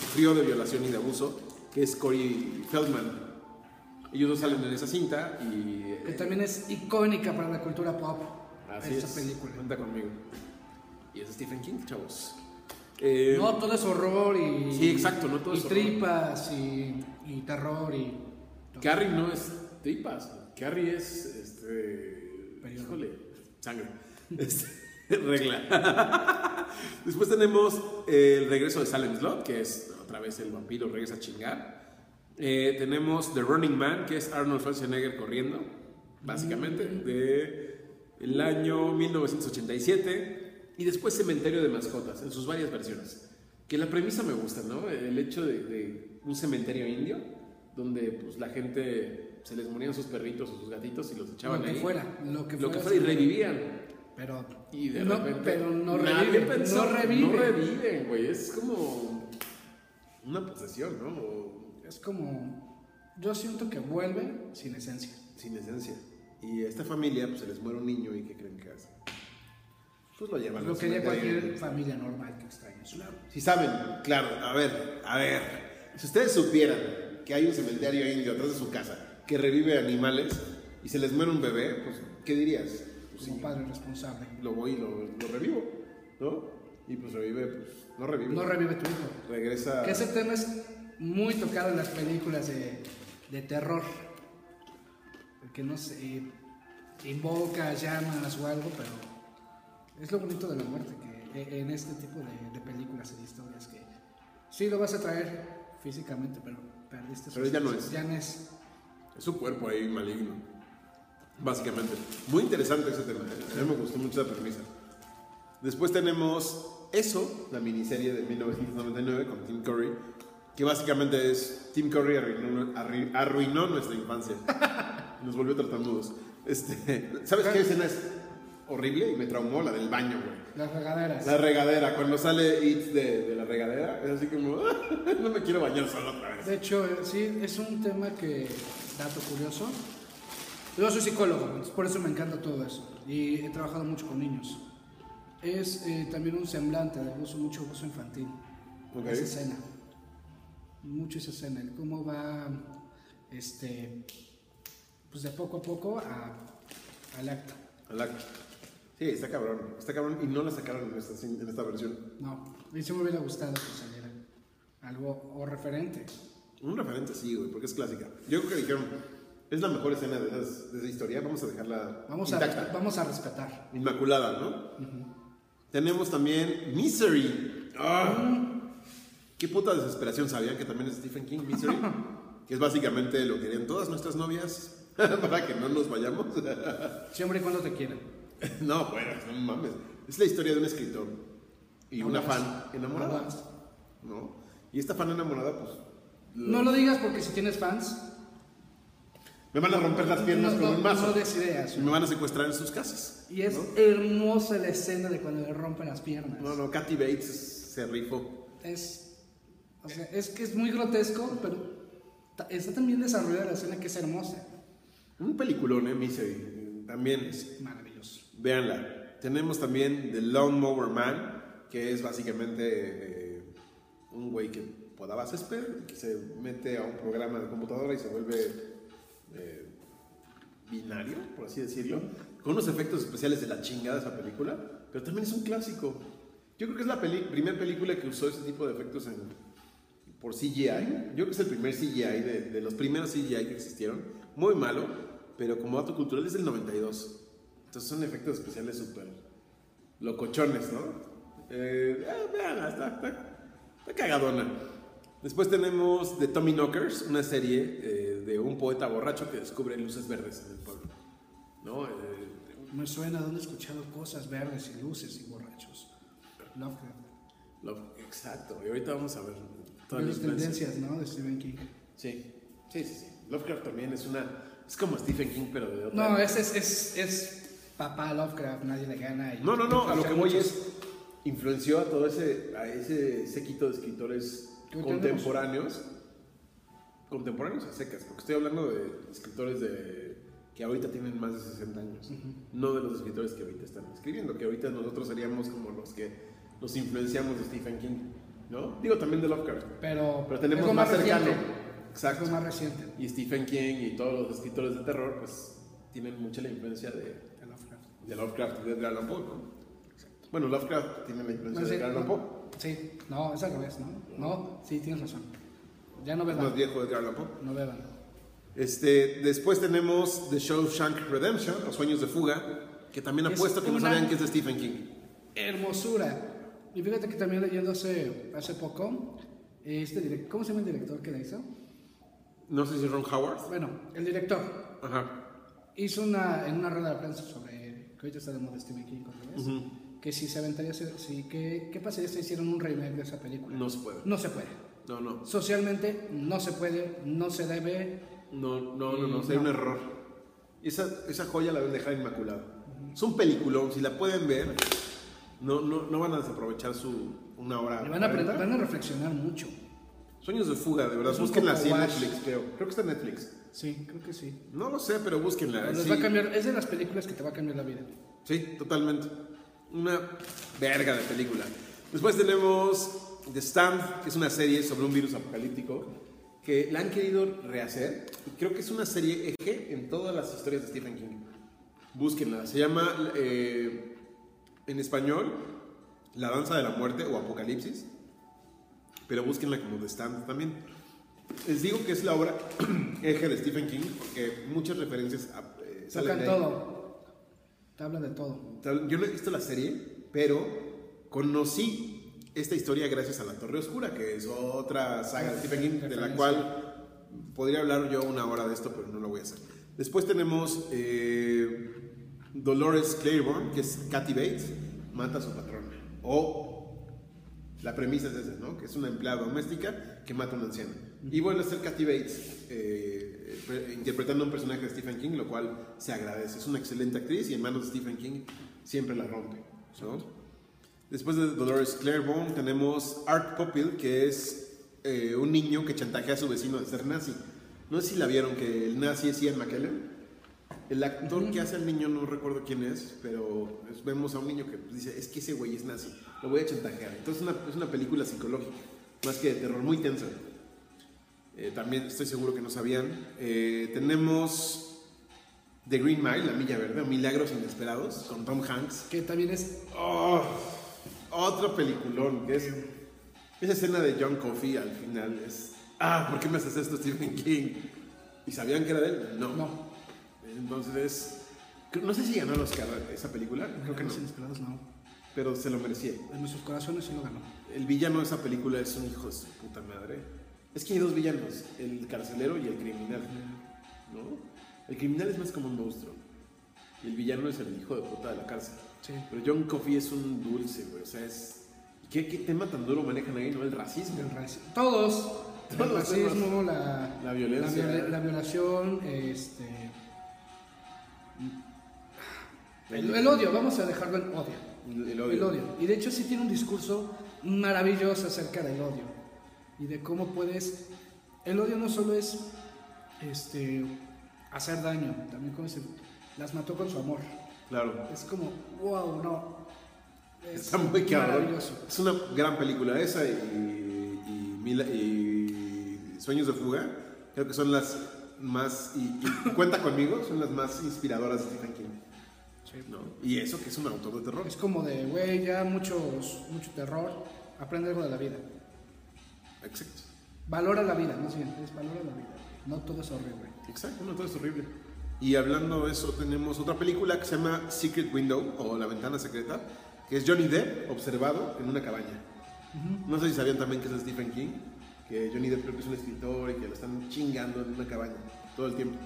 Speaker 3: sufrió de violación y de abuso, que es Corey Feldman. Ellos dos salen en esa cinta y... eh,
Speaker 4: Que también es icónica para la cultura pop.
Speaker 3: Así
Speaker 4: esa
Speaker 3: es.
Speaker 4: película.
Speaker 3: Cuenta conmigo. Y es Stephen King, chavos. Eh,
Speaker 4: No, todo es horror y.
Speaker 3: Sí, exacto, no todo
Speaker 4: y
Speaker 3: es horror.
Speaker 4: tripas y, y terror y. todo.
Speaker 3: Carrie no es tripas. Carrie es, este...
Speaker 4: Periodo.
Speaker 3: Híjole, sangre. Este, regla. Después tenemos eh, el regreso de Salem Slot, que es otra vez el vampiro regresa a chingar. Eh, tenemos The Running Man, que es Arnold Schwarzenegger corriendo, básicamente,
Speaker 4: Mm.
Speaker 3: de el año 1987. Y después Cementerio de Mascotas, en sus varias versiones. Que la premisa me gusta, ¿no? El hecho de, de un cementerio indio, donde pues, la gente se les morían sus perritos o sus gatitos y los echaban
Speaker 4: Lo que
Speaker 3: ahí.
Speaker 4: fuera, lo que
Speaker 3: Lo que
Speaker 4: fuera,
Speaker 3: fuera y
Speaker 4: sí.
Speaker 3: revivían.
Speaker 4: Pero.
Speaker 3: Y de
Speaker 4: no,
Speaker 3: repente.
Speaker 4: Pero no
Speaker 3: nadie
Speaker 4: revive.
Speaker 3: pensó-
Speaker 4: no revive.
Speaker 3: No reviven, güey. Es como. Una posesión, ¿no? O-
Speaker 4: Es como. Yo siento que vuelve sin esencia.
Speaker 3: Sin esencia. Y a esta familia, pues se les muere un niño y ¿qué creen que hacen? Pues lo llevan al
Speaker 4: Lo que haría
Speaker 3: cementerio.
Speaker 4: cualquier familia normal que extraña su lado.
Speaker 3: Si saben, claro, a ver, a ver. Si ustedes supieran que hay un cementerio indio atrás de su casa que revive animales y se les muere un bebé, pues, ¿qué dirías? Pues,
Speaker 4: como
Speaker 3: sí,
Speaker 4: padre responsable.
Speaker 3: lo voy y lo, lo revivo, ¿no? Y pues revive, pues, no revive.
Speaker 4: No revive tu hijo.
Speaker 3: Regresa.
Speaker 4: Que ese tema es muy tocado en las películas de, de terror. Porque no sé, invoca llamas o algo, pero es lo bonito de la muerte, que e- en este tipo de, de películas y de historias que sí lo vas a traer físicamente, pero perdiste su
Speaker 3: Pero ya no
Speaker 4: esencia,
Speaker 3: es.
Speaker 4: Ya no es.
Speaker 3: Es su cuerpo ahí maligno. Básicamente. Muy interesante ese tema. ¿eh? A mí me gustó mucho la premisa. Después tenemos eso, la miniserie de 1999 con Tim Curry, que básicamente es Tim Curry arruinó, arri- arruinó nuestra infancia. Nos volvió tartamudos. Este, ¿Sabes qué escena es horrible? Y me traumó la del baño, güey.
Speaker 4: Las regaderas.
Speaker 3: La regadera, cuando sale It de, de la regadera, es así como, "Ah, no me quiero bañar solo otra vez.
Speaker 4: De hecho, eh, sí, es un tema que, dato curioso, yo soy psicólogo, entonces por eso me encanta todo eso. Y he trabajado mucho con niños. Es eh, también un semblante de abuso, mucho abuso infantil.
Speaker 3: Ok.
Speaker 4: Esa escena. Mucho esa escena. El cómo va, este, pues de poco a poco a- al acto.
Speaker 3: La- Sí, está cabrón. Está cabrón y no la sacaron en esta, en esta versión.
Speaker 4: No, y sí me hubiera gustado que saliera algo o referente.
Speaker 3: Un referente sí, güey, porque es clásica. Yo creo que dijeron, es la mejor escena de, esas- de esa historia, vamos a dejarla
Speaker 4: Vamos a,
Speaker 3: intacta.
Speaker 4: vamos a respetar.
Speaker 3: Inmaculada, ¿no? Tenemos también Misery. ¡Ah!
Speaker 4: Mm.
Speaker 3: Qué puta desesperación, ¿sabían que también es Stephen King, Misery? que es básicamente lo que querían todas nuestras novias para que no nos vayamos.
Speaker 4: Siempre y cuando te quieran.
Speaker 3: No, bueno, no mames. Es la historia de un escritor y una fan enamorada.
Speaker 4: Enamoradas.
Speaker 3: ¿No? Y esta fan enamorada, pues.
Speaker 4: No lo digas porque si tienes fans,
Speaker 3: Me van a romper las piernas
Speaker 4: no,
Speaker 3: con
Speaker 4: no,
Speaker 3: un mazo.
Speaker 4: no des ideas.
Speaker 3: y me van a secuestrar en sus casas.
Speaker 4: Y es
Speaker 3: ¿no?
Speaker 4: hermosa la escena de cuando le rompen las piernas.
Speaker 3: No, no, Kathy Bates se rifó.
Speaker 4: Es, o sea, es que es muy grotesco, pero ta- está también desarrollada la escena que es hermosa.
Speaker 3: Un peliculón, ¿eh? Misery. También.
Speaker 4: Maravilloso.
Speaker 3: Véanla. Tenemos también The Lawnmower Man, que es básicamente eh, un güey que podaba césped y que se mete a un programa de computadora y se vuelve eh, binario, por así decirlo, con unos efectos especiales de la chingada esa película, pero también es un clásico. Yo creo que es la primera película que usó ese tipo de efectos en, por CGI. Yo creo que es el primer CGI de, de los primeros CGI que existieron. Muy malo, pero como dato cultural es del 92. Entonces son efectos especiales súper locochones, ¿no? Eh, ah, véanla, está, está- está cagadona. Después tenemos The Tommy Knockers, una serie eh, de un poeta borracho que descubre luces verdes en el pueblo. ¿No? Eh,
Speaker 4: Me suena donde he escuchado cosas verdes y luces y borrachos. Lovecraft.
Speaker 3: lo- exacto, y ahorita vamos a ver. toda la
Speaker 4: Las
Speaker 3: influencia.
Speaker 4: tendencias, ¿no? De Stephen King.
Speaker 3: Sí, sí, sí, sí. Lovecraft también es una. Es como Stephen King, pero de otra.
Speaker 4: No, es, es, es, es papá Lovecraft, nadie le gana. y-
Speaker 3: no, no, no, A lo que
Speaker 4: muchos-
Speaker 3: voy es. Influenció a todo ese. A ese séquito de escritores
Speaker 4: ¿Qué tenemos?
Speaker 3: contemporáneos. Contemporáneos a secas, porque estoy hablando de escritores de. que ahorita tienen más de 60 años. No de los escritores que ahorita están escribiendo, que ahorita nosotros seríamos como los que nos influenciamos de Stephen King, ¿no? Digo también de Lovecraft.
Speaker 4: Pero,
Speaker 3: Pero tenemos
Speaker 4: algo
Speaker 3: más cercano.
Speaker 4: reciente.
Speaker 3: Exacto.
Speaker 4: Algo más reciente.
Speaker 3: Y Stephen King y todos los escritores de terror, pues tienen mucha la influencia de,
Speaker 4: de Lovecraft.
Speaker 3: de Lovecraft y de Edgar Allan Poe, ¿no? Bueno, Lovecraft tiene la influencia
Speaker 4: No
Speaker 3: de
Speaker 4: sé,
Speaker 3: Edgar Allan
Speaker 4: no.
Speaker 3: Poe.
Speaker 4: Sí, no, es al revés, ¿no? No, sí, tienes razón. Ya no
Speaker 3: Es más
Speaker 4: beban.
Speaker 3: viejo Edgar Allan Poe.
Speaker 4: No beban.
Speaker 3: Este, después tenemos The Shawshank Redemption, Los Sueños de Fuga, que también
Speaker 4: Es
Speaker 3: apuesto que no
Speaker 4: una-
Speaker 3: sabían que es de Stephen King.
Speaker 4: Hermosura. Y fíjate que también leyendo hace, hace poco, este direc- ¿cómo se llama el director que la hizo?
Speaker 3: No sé si Ron Howard.
Speaker 4: Bueno, el director
Speaker 3: Ajá.
Speaker 4: hizo una, en una rueda de prensa sobre, que ahorita está de moda Stephen King, otra vez, que si se aventaría, a hacer- si, que, ¿qué pasaría si hicieran un remake de esa película?
Speaker 3: No se puede.
Speaker 4: No se puede.
Speaker 3: No, no.
Speaker 4: Socialmente no se puede, no se debe,
Speaker 3: No, no, no,
Speaker 4: Mm,
Speaker 3: no, sería un error. Esa, esa joya la deben dejar inmaculada. Es un peliculón, si la pueden ver, no, no, no van a desaprovechar su una hora.
Speaker 4: le van a, aprender-
Speaker 3: cuarenta.
Speaker 4: van a reflexionar mucho.
Speaker 3: Sueños de fuga, de verdad.
Speaker 4: Es un
Speaker 3: Búsquenla así en
Speaker 4: cocowash.
Speaker 3: Netflix, creo. Creo que está en Netflix.
Speaker 4: Sí, creo que sí.
Speaker 3: No lo sé, pero búsquenla.
Speaker 4: Les
Speaker 3: sí.
Speaker 4: va a cambiar, es de las películas que te va a cambiar la vida.
Speaker 3: Sí, totalmente. Una verga de película. Después tenemos The Stand, que es una serie sobre un virus apocalíptico que la han querido rehacer y creo que es una serie eje en todas las historias de Stephen King. Búsquenla, se llama eh, en español La Danza de la Muerte o Apocalipsis, pero búsquenla como The Stand también. Les digo que es la obra eje de Stephen King porque muchas referencias a, eh, salen
Speaker 4: Tocan
Speaker 3: de ahí.
Speaker 4: todo. Te hablan de todo.
Speaker 3: Tal- Yo no he visto la serie, pero conocí esta historia gracias a La Torre Oscura, que es otra saga de Stephen King, de la
Speaker 4: Referencia.
Speaker 3: cual podría hablar yo una hora de esto, pero no lo voy a hacer. Después tenemos eh, Dolores Claiborne, que es Kathy Bates, mata a su patrona. O la premisa es esa, ¿no? Que es una empleada doméstica que mata a un anciano. Y vuelve a ser Kathy Bates eh, pre- interpretando a un personaje de Stephen King, lo cual se agradece. Es una excelente actriz y en manos de Stephen King siempre la rompe, ¿no? Después de Dolores Claiborne tenemos Art Poppil, que es eh, un niño que chantajea a su vecino de ser nazi. No sé si la vieron, que el nazi es Ian McKellen. El actor que hace al niño, no recuerdo quién es, pero es- vemos a un niño que dice, es que ese güey es nazi, lo voy a chantajear. Entonces es una, es una película psicológica, más que de terror, muy tensa. Eh, también estoy seguro que no sabían. Eh, tenemos The Green Mile, La Milla Verde, o Milagros Inesperados, con Tom Hanks.
Speaker 4: Que también es.
Speaker 3: Oh, otro peliculón que es esa escena de John Coffey al final es ah ¿por qué me haces esto Stephen King? ¿Y sabían que era de él? No.
Speaker 4: No.
Speaker 3: Entonces cre- no sé si ganó el Oscar esa película, creo que no,
Speaker 4: Los Inesperados no.
Speaker 3: pero se lo merecía.
Speaker 4: En nuestros corazones sí lo ganó.
Speaker 3: El villano de esa película es un hijo de su puta madre. Es que hay dos villanos, el carcelero y el criminal, ¿no? El criminal es más como un monstruo y el villano es el hijo de puta de la cárcel.
Speaker 4: Sí.
Speaker 3: Pero John Coffey es un dulce, güey. O sea, es. ¿Qué, qué tema tan duro manejan ahí? ¿No? El racismo.
Speaker 4: El raci- Todos. El
Speaker 3: Todos,
Speaker 4: racismo, la,
Speaker 3: La violencia.
Speaker 4: La, viola- la violación, este. El, el odio, vamos a dejarlo en odio.
Speaker 3: El, el odio.
Speaker 4: El odio. Y de hecho sí tiene un discurso maravilloso acerca del odio. Y de cómo puedes... El odio no solo es este, hacer daño, también como se... Las mató con su amor.
Speaker 3: Claro.
Speaker 4: Es como, wow, no. Es
Speaker 3: Está muy cabrón.
Speaker 4: Maravilloso.
Speaker 3: Es una gran película esa y, y, Mila- y Sueños de Fuga. Creo que son las más. Y, y Cuenta conmigo, son las más inspiradoras de Stephen King.
Speaker 4: Sí.
Speaker 3: ¿no? Y eso que es un autor de terror.
Speaker 4: Es como de, güey, ya muchos, mucho terror. Aprende algo de la vida.
Speaker 3: Exacto.
Speaker 4: Valora la vida, más bien. Es valora la vida. No todo es horrible.
Speaker 3: Exacto, no, todo es horrible. Y hablando de eso, tenemos otra película que se llama Secret Window o La Ventana Secreta, que es Johnny Depp observado en una cabaña. No sé si sabían también que es de Stephen King, que Johnny Depp creo que es un escritor y que lo están chingando en una cabaña todo el tiempo.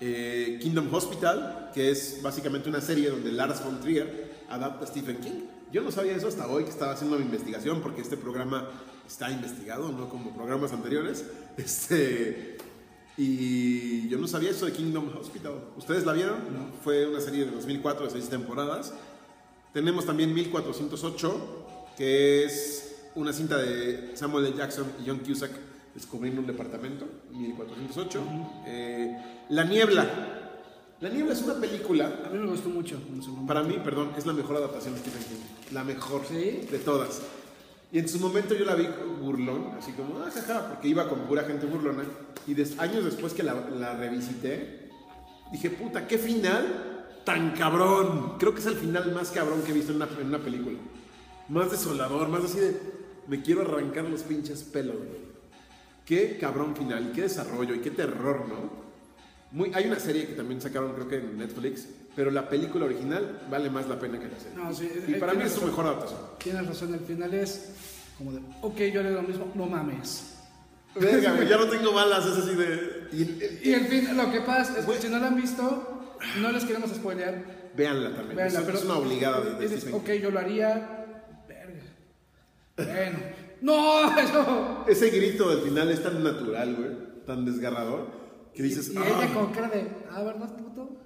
Speaker 3: Eh, Kingdom Hospital, que es básicamente una serie donde Lars von Trier adapta a Stephen King. Yo no sabía eso hasta hoy que estaba haciendo mi investigación, porque este programa está investigado, no como programas anteriores. Este, y yo no sabía eso de Kingdom Hospital. ¿Ustedes la vieron? Fue una serie de 2004 de seis temporadas. Tenemos también 1408, que es una cinta de Samuel L. Jackson y John Cusack descubriendo un departamento. 1408. Eh, la Niebla. La Niebla es una película,
Speaker 4: A mí me gustó mucho en su momento.
Speaker 3: para mí, perdón, es la mejor adaptación de Stephen King. La mejor
Speaker 4: ¿Sí?
Speaker 3: de todas. Y en su momento yo la vi burlón, así como, ah, jaja, porque iba con pura gente burlona. Y des- años después que la, la revisité, dije, puta, qué final tan cabrón. Creo que es el final más cabrón que he visto en una, en una película. Más desolador, más así de, me quiero arrancar los pinches pelos, güey. Qué cabrón final, qué desarrollo y qué terror, ¿no? Muy, hay una serie que también sacaron, creo que en Netflix, pero la película original vale más la pena que la serie.
Speaker 4: No, sí,
Speaker 3: y
Speaker 4: eh,
Speaker 3: para mí
Speaker 4: tienes
Speaker 3: es su
Speaker 4: razón.
Speaker 3: mejor adaptación.
Speaker 4: Tienes razón, el final es como de, ok, yo le doy lo mismo, no mames.
Speaker 3: Verga, güey, ya no tengo balas, es así de. Y, y-
Speaker 4: Y el fin, lo que pasa es que
Speaker 3: Güey.
Speaker 4: si no la han visto, no les queremos spoilear.
Speaker 3: véanla también.
Speaker 4: Véanla,
Speaker 3: es,
Speaker 4: pero-
Speaker 3: es una obligada de, de
Speaker 4: dices,
Speaker 3: Stephen
Speaker 4: ok,
Speaker 3: King.
Speaker 4: yo lo haría. Verga. Bueno. ¡No! Eso.
Speaker 3: Ese grito del final es tan natural, güey, tan desgarrador, que dices.
Speaker 4: y, y
Speaker 3: "Ah".
Speaker 4: ella con cara de, ah, ¿verdad, puto?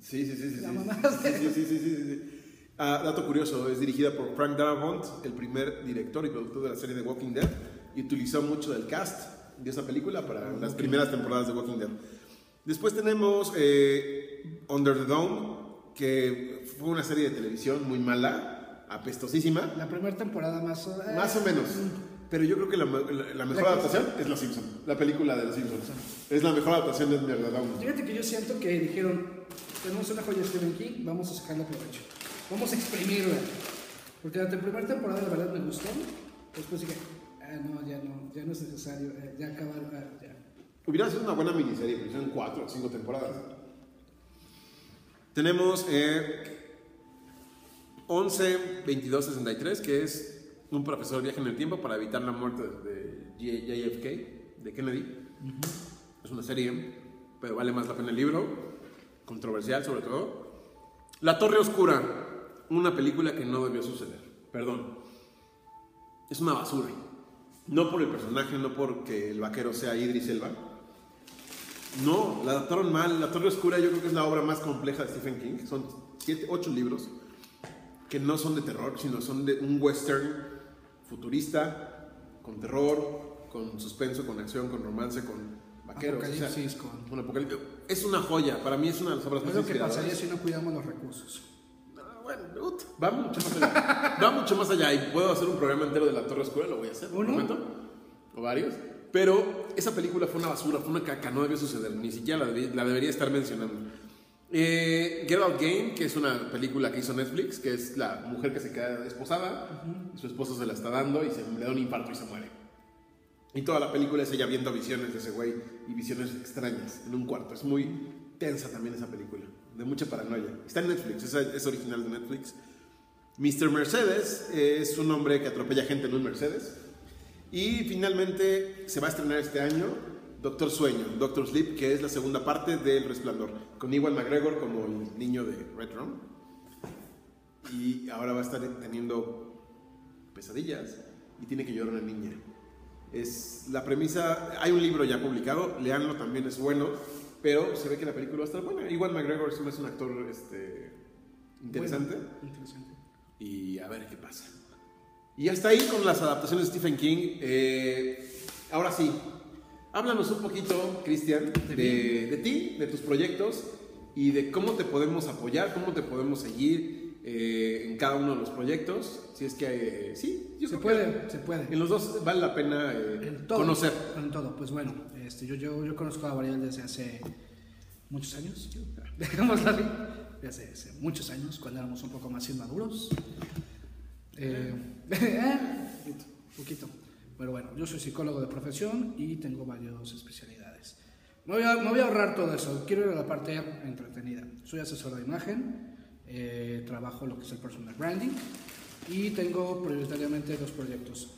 Speaker 3: Sí, sí, sí, sí.
Speaker 4: La
Speaker 3: sí,
Speaker 4: mamaste.
Speaker 3: Sí, sí, sí, sí, sí, sí. Ah, dato curioso, es dirigida por Frank Darabont, el primer director y productor de la serie de Walking Dead, y utilizó mucho del cast de esa película
Speaker 4: Ah,
Speaker 3: para las primeras temporadas de Walking Dead. Después tenemos eh, Under the Dome, que fue una serie de televisión muy mala, apestosísima,
Speaker 4: La primera temporada más. eh,
Speaker 3: más o menos. Pero yo creo que la, ma- la- la mejor
Speaker 4: La que-
Speaker 3: adaptación es Los Simpsons. La película de Los Simpsons. Es la mejor adaptación de Edgar Down.
Speaker 4: Fíjate que yo siento que dijeron, tenemos una joya de Stephen King, vamos a sacarla provecho. Vamos a exprimirla. Porque la te- primera temporada la verdad me gustó. Después dije, ah, no, ya no, ya no es necesario, eh, ya acabaron, ah, ya.
Speaker 3: Hubiera sido una buena miniserie, pero hicieron cuatro o cinco temporadas. Tenemos eh, 11 22 63, que es un profesor viaja en el tiempo para evitar la muerte de J- JFK, de Kennedy. Es una serie, pero vale más la pena el libro. Controversial, sobre todo. La Torre Oscura, una película que no debió suceder. Perdón. Es una basura. No por el personaje, no porque el vaquero sea Idris Elba. No, la adaptaron mal. La Torre Oscura yo creo que es la obra más compleja de Stephen King. Son siete, ocho libros que no son de terror, sino son de un western futurista, con terror, con suspenso, con acción, con romance, con vaqueros. o sea,
Speaker 4: Apocalipsis, con-
Speaker 3: un apocalipsis. Es una joya. Para mí es una de las obras
Speaker 4: Es
Speaker 3: más
Speaker 4: lo que
Speaker 3: inspiradoras.
Speaker 4: pasaría si no cuidamos los recursos.
Speaker 3: Ah, Bueno, ut, va mucho más allá. va mucho más allá y puedo hacer un programa entero de la Torre Oscura, lo voy a hacer.
Speaker 4: ¿Uno?
Speaker 3: momento. O varios. Pero esa película fue una basura, fue una caca, no debió suceder, ni siquiera la, debí- la debería estar mencionando. Eh, Get Out Game, que es una película que hizo Netflix, que es la mujer que se queda esposada, su esposo se la está dando y se le da un infarto y se muere. Y toda la película es ella viendo visiones de ese güey y visiones extrañas en un cuarto. Es muy tensa también esa película, de mucha paranoia. Está en Netflix, es, es original de Netflix. Mr. Mercedes eh, es un hombre que atropella gente en un Mercedes. Y finalmente se va a estrenar este año Doctor Sueño, Doctor Sleep, que es la segunda parte del Resplandor, con Iwan McGregor como el niño de Red Room. Y ahora va a estar teniendo pesadillas y tiene que llorar una niña. Es la premisa, hay un libro ya publicado, leanlo también es bueno, pero se ve que la película va a estar buena. Iwan McGregor es un- es un actor este, interesante
Speaker 4: Bueno, interesante.
Speaker 3: y a ver qué pasa. Y hasta ahí con las adaptaciones de Stephen King. Eh, ahora sí, háblanos un poquito, Cristian, de, de ti, de tus proyectos y de cómo te podemos apoyar, cómo te podemos seguir eh, en cada uno de los proyectos. Si es que eh, sí, yo
Speaker 4: Se
Speaker 3: creo que
Speaker 4: puede, se puede.
Speaker 3: En los dos vale la pena eh,
Speaker 4: En todo.
Speaker 3: conocer.
Speaker 4: En todo, pues bueno, este, yo, yo, yo conozco a Gabriel desde hace muchos años, dejémoslo así, desde hace muchos años, cuando éramos un poco más inmaduros. Eh, poquito, poquito. Pero bueno, yo soy psicólogo de profesión y tengo varias especialidades. Me voy, a, me voy a ahorrar todo eso, quiero ir a la parte entretenida. Soy asesor de imagen, eh, trabajo lo que es el personal branding y tengo prioritariamente dos proyectos.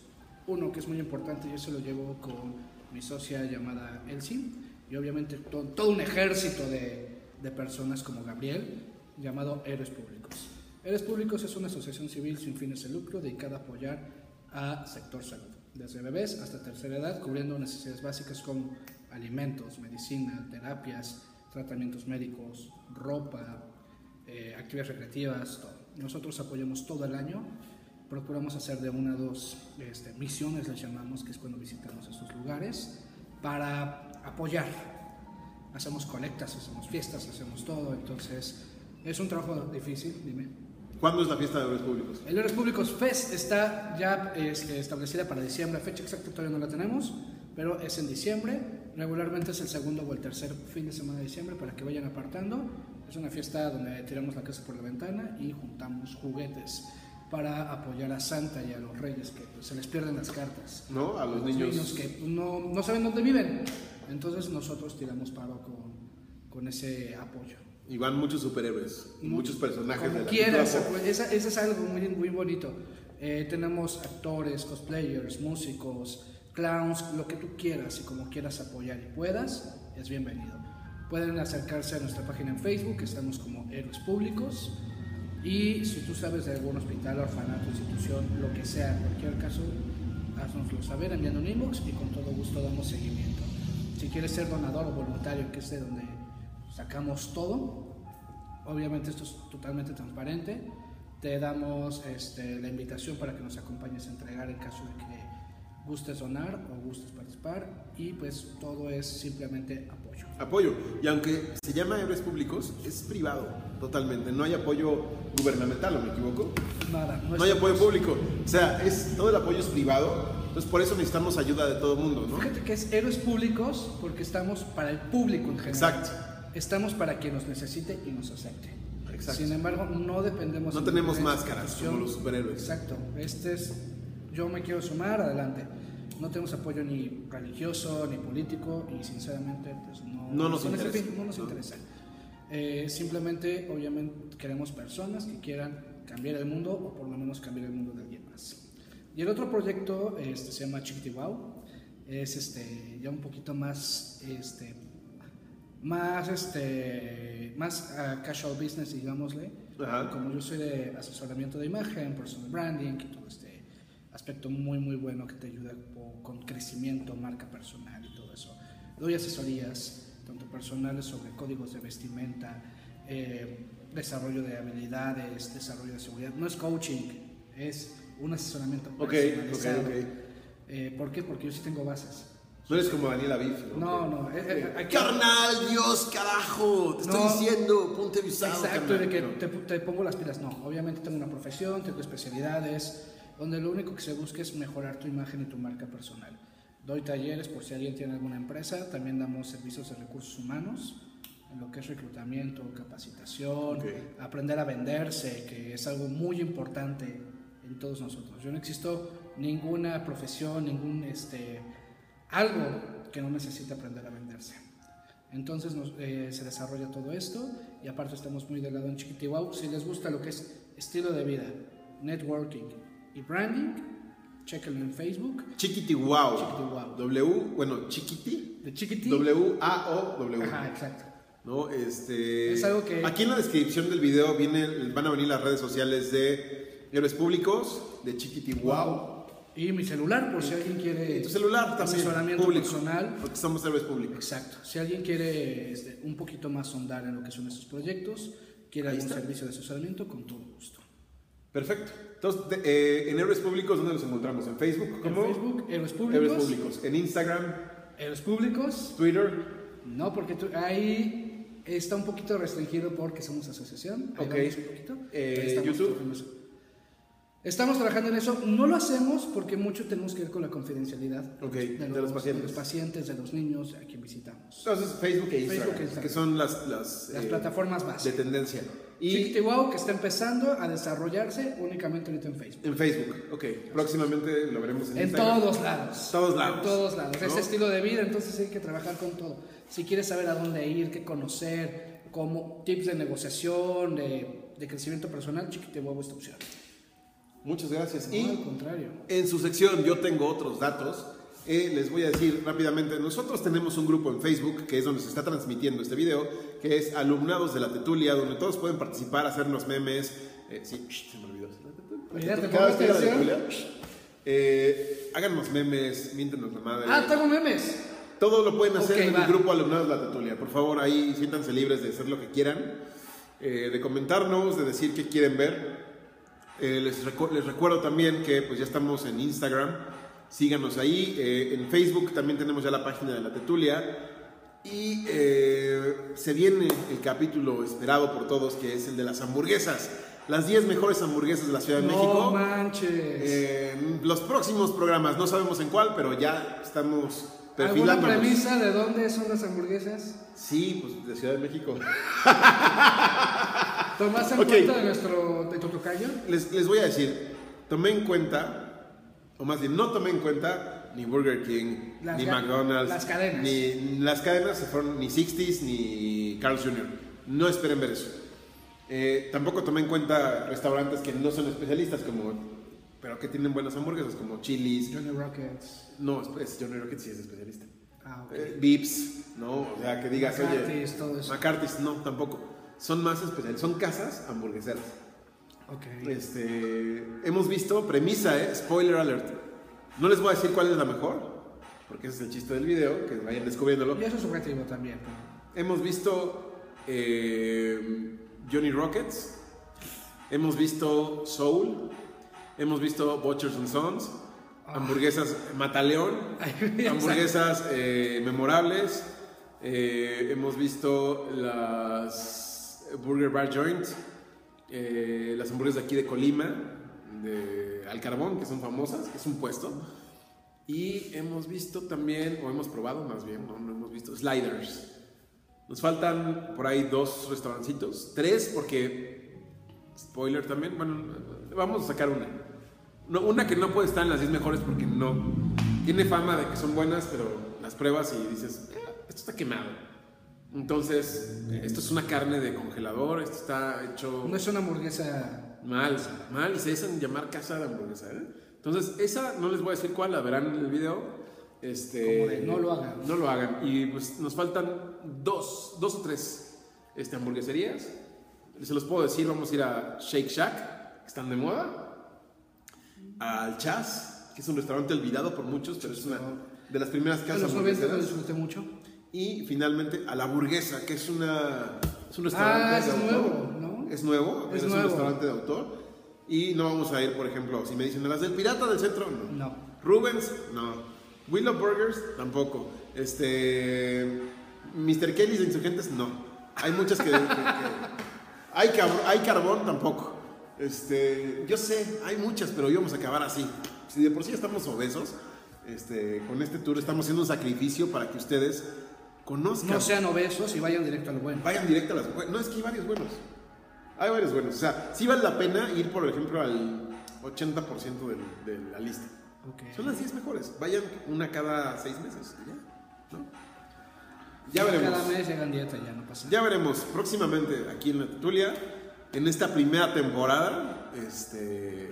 Speaker 4: Uno que es muy importante, yo se lo llevo con mi socia llamada Elsie y obviamente to- todo un ejército de, de personas como Gabriel llamado Héroes Públicos. Héroes Públicos es una asociación civil sin fines de lucro dedicada a apoyar a sector salud, desde bebés hasta tercera edad, cubriendo necesidades básicas como alimentos, medicina, terapias, tratamientos médicos, ropa, eh, actividades recreativas, todo. Nosotros apoyamos todo el año, procuramos hacer de una a dos este, misiones, les llamamos, que es cuando visitamos estos lugares, para apoyar. Hacemos colectas, hacemos fiestas, hacemos todo, entonces es un trabajo difícil, dime.
Speaker 3: ¿Cuándo es la fiesta de los públicos?
Speaker 4: El Héroes Públicos Fest está ya este, establecida para diciembre, fecha exacta todavía no la tenemos, pero es en diciembre. Regularmente es el segundo o el tercer fin de semana de diciembre para que vayan apartando. Es una fiesta donde tiramos la casa por la ventana y juntamos juguetes para apoyar a Santa y a los reyes que pues, se les pierden las cartas
Speaker 3: ¿No? A los,
Speaker 4: niños,
Speaker 3: niños.
Speaker 4: que pues, no, no saben dónde viven. Entonces nosotros tiramos paro con, con ese apoyo.
Speaker 3: Y van muchos superhéroes, muchos personajes de
Speaker 4: Como
Speaker 3: la
Speaker 4: quieras,
Speaker 3: cultura pop.
Speaker 4: pues, esa- ese es algo muy, muy bonito. Eh, tenemos actores, cosplayers, músicos, clowns, lo que tú quieras y como quieras apoyar y puedas, es bienvenido. Pueden acercarse a nuestra página en Facebook, estamos como Héroes Públicos. Y si tú sabes de algún hospital, orfanato, institución, lo que sea, en cualquier caso, haznoslo saber enviando un inbox y con todo gusto damos seguimiento. Si quieres ser donador o voluntario, que es de donde sacamos todo, Obviamente esto es totalmente transparente. Te damos este, la invitación para que nos acompañes a entregar en caso de que Gustes Sonar o Gustes Participar y pues todo es simplemente apoyo.
Speaker 3: Apoyo. Y aunque se llama Ebres Públicos, es privado totalmente. No hay apoyo gubernamental, ¿o me equivoco?
Speaker 4: Nada,
Speaker 3: No hay apoyo público. O sea, es, todo el apoyo es privado. Entonces, por eso necesitamos ayuda de todo el mundo, ¿no?
Speaker 4: Fíjate que es héroes públicos porque estamos para el público en general.
Speaker 3: Exacto.
Speaker 4: Estamos para quien nos necesite y nos acepte.
Speaker 3: Exacto.
Speaker 4: Sin embargo, no dependemos.
Speaker 3: No
Speaker 4: de
Speaker 3: tenemos
Speaker 4: ninguna
Speaker 3: máscaras
Speaker 4: institución.
Speaker 3: como los superhéroes.
Speaker 4: Exacto. Este es. Yo me quiero sumar, adelante. No tenemos apoyo ni religioso ni político y sinceramente pues, no,
Speaker 3: No nos
Speaker 4: con ese
Speaker 3: interesa,
Speaker 4: fin, no nos
Speaker 3: ¿no?
Speaker 4: interesa. Eh, simplemente, obviamente, queremos personas que quieran cambiar el mundo o por lo menos cambiar el mundo de alguien más. Y el otro proyecto este, se llama Chiquitibao. Es este, ya un poquito más, este, más, este, más ah, casual business, digámosle.
Speaker 3: Ajá.
Speaker 4: Como yo soy de asesoramiento de imagen, personal branding y todo este aspecto muy, muy bueno que te ayuda po- con crecimiento, marca personal y todo eso. Doy asesorías, tanto personales sobre códigos de vestimenta, eh, desarrollo de habilidades, desarrollo de seguridad. No es coaching, es un asesoramiento
Speaker 3: Ok,
Speaker 4: personalizado.
Speaker 3: ok, ok.
Speaker 4: Eh, ¿Por qué? Porque yo sí tengo bases.
Speaker 3: No eres como Daniel Aviv, ¿no?
Speaker 4: No, no, eh, eh, aquí-
Speaker 2: Carnal, Dios, carajo. Te estoy
Speaker 4: No.
Speaker 2: diciendo, ponte visado.
Speaker 4: Exacto,
Speaker 2: carnal.
Speaker 4: de que
Speaker 2: No.
Speaker 4: te, te pongo las pilas. No, obviamente tengo una profesión, tengo especialidades, donde lo único que se busca es mejorar tu imagen y tu marca personal. Doy talleres por si alguien tiene alguna empresa, también damos servicios de recursos humanos, en lo que es reclutamiento, capacitación,
Speaker 3: Ok.
Speaker 4: aprender a venderse, que es algo muy importante en todos nosotros. Yo no existo ninguna profesión, ningún este, algo que no necesite aprender a venderse. Entonces nos, eh, se desarrolla todo esto y aparte estamos muy del lado en Chiquitibao. Si les gusta lo que es estilo de vida, networking y branding, chequenlo en Facebook
Speaker 3: Chiquitiwao.
Speaker 4: Chiquitiwao.
Speaker 3: W, bueno, Chiquiti.
Speaker 4: de Chiquiti.
Speaker 3: W-A-O-W.
Speaker 4: Ajá, exacto.
Speaker 3: ¿no? Este,
Speaker 4: Es algo que-
Speaker 3: Aquí en la descripción del video viene, van a venir las redes sociales de Héroes Públicos, de Chiquitiwao.
Speaker 4: Y mi celular, por si alguien quiere.
Speaker 3: Y tu celular también.
Speaker 4: Asesoramiento
Speaker 3: público,
Speaker 4: personal.
Speaker 3: Porque somos héroes públicos.
Speaker 4: Exacto. Si alguien quiere este, un poquito más sondar en lo que son estos proyectos, quiere
Speaker 3: Ahí
Speaker 4: algún
Speaker 3: está.
Speaker 4: servicio de asesoramiento, con todo gusto.
Speaker 3: Perfecto. Entonces, de- eh, en héroes públicos, ¿dónde los encontramos? ¿En Facebook? ¿Cómo?
Speaker 4: En Facebook, héroes
Speaker 3: Héroes
Speaker 4: públicos.
Speaker 3: públicos. En Instagram,
Speaker 4: Héroes públicos.
Speaker 3: Twitter.
Speaker 4: No, porque tú- ahí está un poquito restringido porque somos asociación. Ahí
Speaker 3: Ok.
Speaker 4: vamos un poquito.
Speaker 3: Eh,
Speaker 4: Pero estamos
Speaker 3: YouTube.
Speaker 4: trabajando en eso. Estamos trabajando en eso. No lo hacemos porque mucho tenemos que ver con la confidencialidad
Speaker 3: Ok, de los pacientes.
Speaker 4: de los pacientes, de los niños a quien visitamos.
Speaker 3: Entonces, Facebook e Instagram,
Speaker 4: Facebook e Instagram.
Speaker 3: que son las, las,
Speaker 4: Las
Speaker 3: eh,
Speaker 4: plataformas
Speaker 3: de
Speaker 4: básicas.
Speaker 3: tendencia.
Speaker 4: Y
Speaker 3: Y
Speaker 4: que está empezando a desarrollarse únicamente ahorita en Facebook.
Speaker 3: en Facebook. Ok. Próximamente lo veremos en,
Speaker 4: En
Speaker 3: Instagram.
Speaker 4: todos lados.
Speaker 3: Todos lados.
Speaker 4: En todos lados.
Speaker 3: ¿No?
Speaker 4: Ese estilo de vida, entonces hay que trabajar con todo. Si quieres saber a dónde ir, qué conocer, cómo, tips de negociación, de, de crecimiento personal, chiquite huevo esta opción.
Speaker 3: Muchas gracias.
Speaker 4: No,
Speaker 3: Y Eh,
Speaker 4: al contrario.
Speaker 3: En su sección Yo tengo otros datos, eh, les voy a decir rápidamente, nosotros tenemos un grupo en Facebook, que es donde se está transmitiendo este video, que es Alumnados de la Tetulia, donde todos pueden participar, hacernos memes. eh, sí, shh, se me olvidó.
Speaker 4: Mira, te
Speaker 3: Cada vez que
Speaker 4: pongo
Speaker 3: digo la
Speaker 4: atención.
Speaker 3: Tetulia, shh, eh, háganos memes, miéntenos la madre.
Speaker 4: Ah, tengo memes.
Speaker 3: Todo lo pueden hacer
Speaker 4: Ok,
Speaker 3: en
Speaker 4: va.
Speaker 3: el grupo Alumnados de la Tetulia. Por favor, ahí siéntanse libres de hacer lo que quieran, eh, de comentarnos, de decir qué quieren ver. Eh, les, recu- les recuerdo también que pues ya estamos en Instagram. Síganos ahí. Eh, en Facebook también tenemos ya la página de la Tetulia. Y eh, se viene el capítulo esperado por todos, que es el de las hamburguesas. Las 10 mejores hamburguesas de la Ciudad de
Speaker 4: No
Speaker 3: México.
Speaker 4: manches.
Speaker 3: Eh, los próximos programas, no sabemos en cuál, pero ya estamos
Speaker 4: ¿Alguna
Speaker 3: perfilándonos.
Speaker 4: premisa de dónde son las hamburguesas?
Speaker 3: Sí, pues de Ciudad de México.
Speaker 4: ¿Tomaste en
Speaker 3: Ok.
Speaker 4: cuenta de nuestro de tu tocayo?
Speaker 3: Les, les voy a decir, tomé en cuenta, o más bien no tomé en cuenta, ni Burger King,
Speaker 4: Las
Speaker 3: ni
Speaker 4: ga-
Speaker 3: McDonald's,
Speaker 4: las cadenas.
Speaker 3: ni las cadenas, se fueron ni 60s, ni Carl's Jr. No esperen ver eso. Eh, tampoco tomé en cuenta restaurantes que no son especialistas, como, pero que tienen buenas hamburguesas, como Chili's.
Speaker 4: Johnny Rockets.
Speaker 3: No, es John Rocket sí es especialista.
Speaker 4: Ah, ok.
Speaker 3: Eh, Vips, ¿no? O sea, que digas, oye,
Speaker 4: McCarthy's, todo eso.
Speaker 3: McCarthy's, no, tampoco. Son más especiales, son casas hamburgueseras.
Speaker 4: Ok.
Speaker 3: Este, hemos visto premisa, ¿eh? spoiler alert. No les voy a decir cuál es la mejor, porque ese es el chiste del video, que vayan descubriéndolo.
Speaker 4: Y eso es subjetivo también. pero-
Speaker 3: Hemos visto eh, Johnny Rockets, hemos visto Soul, hemos visto Butchers and Sons, Hamburguesas Mataleón,
Speaker 4: Ah. Ay, güey,
Speaker 3: hamburguesas eh, memorables. eh, hemos visto las Burger Bar Joint, eh, las hamburguesas de aquí de Colima, de Al Carbón, que son famosas, es un puesto. Y hemos visto también, o hemos probado más bien, no, no hemos visto, sliders. Nos faltan por ahí dos restaurancitos, tres porque, spoiler también, bueno, vamos a sacar una. No, una que no puede estar en las 10 mejores porque no. Tiene fama de que son buenas, pero las pruebas y dices, "Eh, esto está quemado. Entonces, eh, esto es una carne de congelador, esto está hecho
Speaker 4: No es una hamburguesa.
Speaker 3: mal, mal, y se dicen llamar casa de hamburguesa. ¿eh? Entonces, esa no les voy a decir cuál, la verán en el video. Este,
Speaker 4: Como de, "No lo hagan".
Speaker 3: No lo hagan. Y pues nos faltan dos, dos o tres este, hamburgueserías. Se los puedo decir, vamos a ir a Shake Shack, que están de moda al Chas, que es un restaurante olvidado por muchos, pero es una de las primeras
Speaker 4: En
Speaker 3: casas
Speaker 4: los 90 lo
Speaker 3: hamburgueseras.
Speaker 4: disfruté mucho.
Speaker 3: Y finalmente a La Burguesa, que es una es un restaurante
Speaker 4: Ah, ese
Speaker 3: de
Speaker 4: es
Speaker 3: autor.
Speaker 4: nuevo, ¿no?
Speaker 3: Es nuevo,
Speaker 4: Es
Speaker 3: pero es un
Speaker 4: nuevo.
Speaker 3: restaurante de autor. Y no vamos a ir, por ejemplo, si me dicen a las del Pirata del Centro, no.
Speaker 4: No.
Speaker 3: Rubens, no. Willow Burgers, tampoco. Este. Mr. Kelly's de Insurgentes, no. Hay muchas que. que- que- hay, cab- hay carbón, tampoco. Este. Yo sé, hay muchas, pero íbamos a acabar así. Si de por sí estamos obesos, este, con este tour estamos haciendo un sacrificio para que ustedes conozcan.
Speaker 4: No sean obesos y vayan directo a lo bueno.
Speaker 3: Vayan directo a las. bue- No, es que hay varios buenos. Hay varios buenos. O sea, sí vale la pena ir, por ejemplo, al 80% del- de la lista.
Speaker 4: Ok.
Speaker 3: Son las 10 mejores. Vayan una cada 6 meses. y Ya, ¿no? ya
Speaker 4: Cada
Speaker 3: veremos.
Speaker 4: mes llegan dieta, ya no pasa nada.
Speaker 3: Ya veremos próximamente aquí en la Tulia, en esta primera temporada. Este,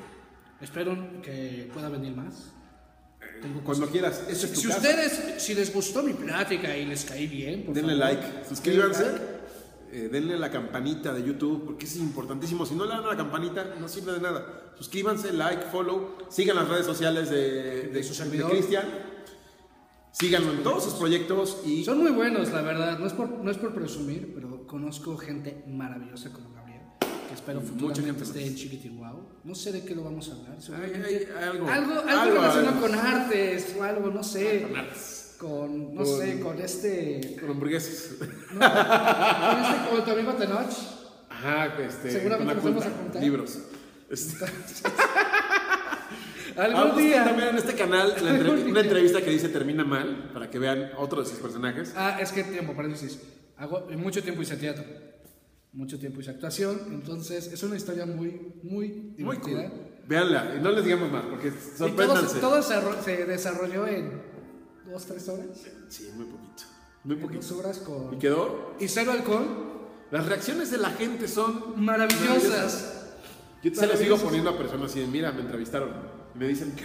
Speaker 4: Espero que pueda venir más.
Speaker 3: cuando quieras, esta es tu
Speaker 4: Si
Speaker 3: casa.
Speaker 4: ustedes, si les gustó mi plática y les caí bien, por
Speaker 3: Denle
Speaker 4: favor,
Speaker 3: like, suscríbanse,
Speaker 4: denle like.
Speaker 3: eh, denle la campanita de YouTube, porque es importantísimo. Si no le dan a la campanita, no sirve de nada. Suscríbanse, like, follow, sigan las redes sociales de, de,
Speaker 4: su
Speaker 3: de
Speaker 4: servidor.
Speaker 3: Cristian. Síganlo en todos sus proyectos y
Speaker 4: Son muy buenos, la verdad. No es por, no es por presumir, pero conozco gente maravillosa como Gabriel. Que espero
Speaker 3: Mucha gente
Speaker 4: futuramente esté en Chiquitihuahua. No sé de qué lo vamos a hablar. seguramente.
Speaker 3: Ay, ay, algo.
Speaker 4: algo, algo
Speaker 3: Algo,
Speaker 4: relacionado
Speaker 3: algo.
Speaker 4: con artes o algo, no sé.
Speaker 3: Con artes.
Speaker 4: Con, no
Speaker 3: Con-
Speaker 4: sé, con este.
Speaker 3: con hamburguesas.
Speaker 4: No, con este, con tu amigo Tenoch.
Speaker 3: Ajá, este, con la
Speaker 4: Seguramente nos vamos
Speaker 3: culpa,
Speaker 4: a juntar.
Speaker 3: Libros. Este,
Speaker 4: Algún
Speaker 3: vamos a hacer
Speaker 4: día.
Speaker 3: también en este canal la entre-
Speaker 4: Algún
Speaker 3: una
Speaker 4: día.
Speaker 3: entrevista que dice termina mal, para que vean otro de sus personajes.
Speaker 4: Ah, es que tiempo, paréntesis. Hago, eh, mucho tiempo hice teatro. Mucho tiempo hice actuación. Entonces, es una historia muy, muy
Speaker 3: Muy cool.
Speaker 4: divertida.
Speaker 3: Véanla, y no les digamos más, porque
Speaker 4: Y todo,
Speaker 3: sorpréndanse.
Speaker 4: se- todo se, arro- se desarrolló en dos, tres horas.
Speaker 3: Sí, muy poquito. Muy
Speaker 4: En
Speaker 3: poquito.
Speaker 4: dos horas
Speaker 3: Y
Speaker 4: con...
Speaker 3: quedó.
Speaker 4: Y cero alcohol.
Speaker 3: Las reacciones de la gente son
Speaker 4: Maravillosas.
Speaker 3: Yo se lo sigo poniendo a personas así de, mira, me entrevistaron. Y me dicen, ¿qué?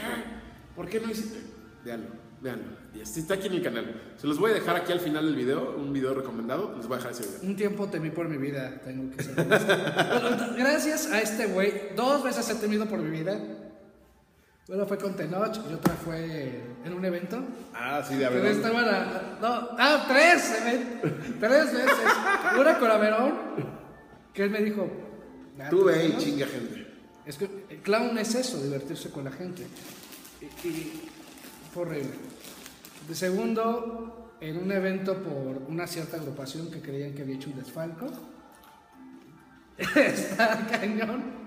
Speaker 3: ¿Por qué no hiciste? Veanlo, veanlo. Y así está aquí en el canal. Se los voy a dejar aquí al final del video, un video recomendado. Les voy a dejar ese video.
Speaker 4: Un tiempo temí por mi vida, tengo que ser honesto. Pero Gracias a este güey, dos veces he temido por mi vida. Una fue con Tenoch y otra fue en un evento.
Speaker 3: Ah, sí, de
Speaker 4: Pero estaban a- No, ah, tres, event- tres veces. Una con Averón, que él me dijo... "Ah,
Speaker 3: Tú ve y
Speaker 4: Tenoch".
Speaker 3: chinga gente.
Speaker 4: Es que el clown es eso, divertirse con la gente. Y, y fue horrible. De segundo, en un evento por una cierta agrupación que creían que había hecho un desfalco. Está cañón.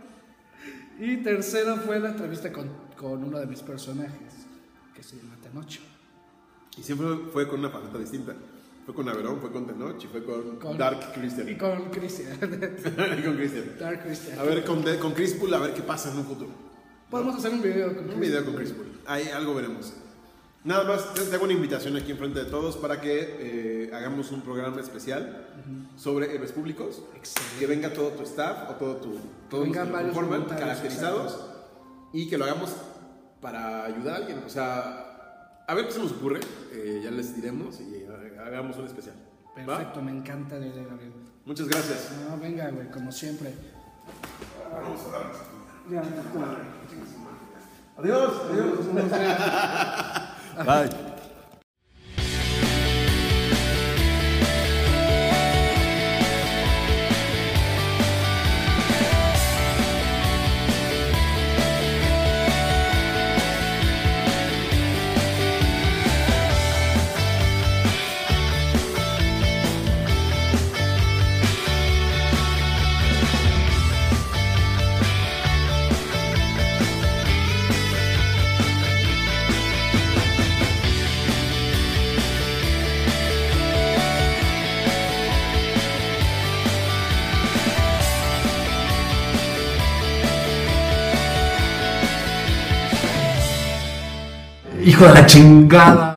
Speaker 4: Y tercero fue la entrevista con, con uno de mis personajes, que se llama Tenocho.
Speaker 3: Y siempre fue con una faceta distinta. Fue con Averón, fue con Tenoch y fue con,
Speaker 4: Con-
Speaker 3: Dark Christian.
Speaker 4: Y con Cristian.
Speaker 3: Y con Christian.
Speaker 4: Dark Cristian.
Speaker 3: A ver, con, con Chris Pool, a ver qué pasa en un futuro.
Speaker 4: Podemos hacer un video con
Speaker 3: Un video con Chris Paul. Ahí algo veremos. Nada más, te te hago una invitación aquí enfrente de todos para que eh, hagamos un programa especial sobre héroes públicos.
Speaker 4: Excelente.
Speaker 3: Que venga todo tu staff o todo tu, todos los que
Speaker 4: vengan
Speaker 3: lo
Speaker 4: varios
Speaker 3: conforman,
Speaker 4: voluntarios,
Speaker 3: caracterizados, y que lo hagamos para ayudar a alguien. O sea, a ver qué se nos ocurre, eh, ya les diremos y eh, hagamos un especial. ¿va?
Speaker 4: Perfecto, me encanta la idea, Gabriel.
Speaker 3: Muchas gracias.
Speaker 4: No, venga, güey, como siempre.
Speaker 5: hijo de la chingada.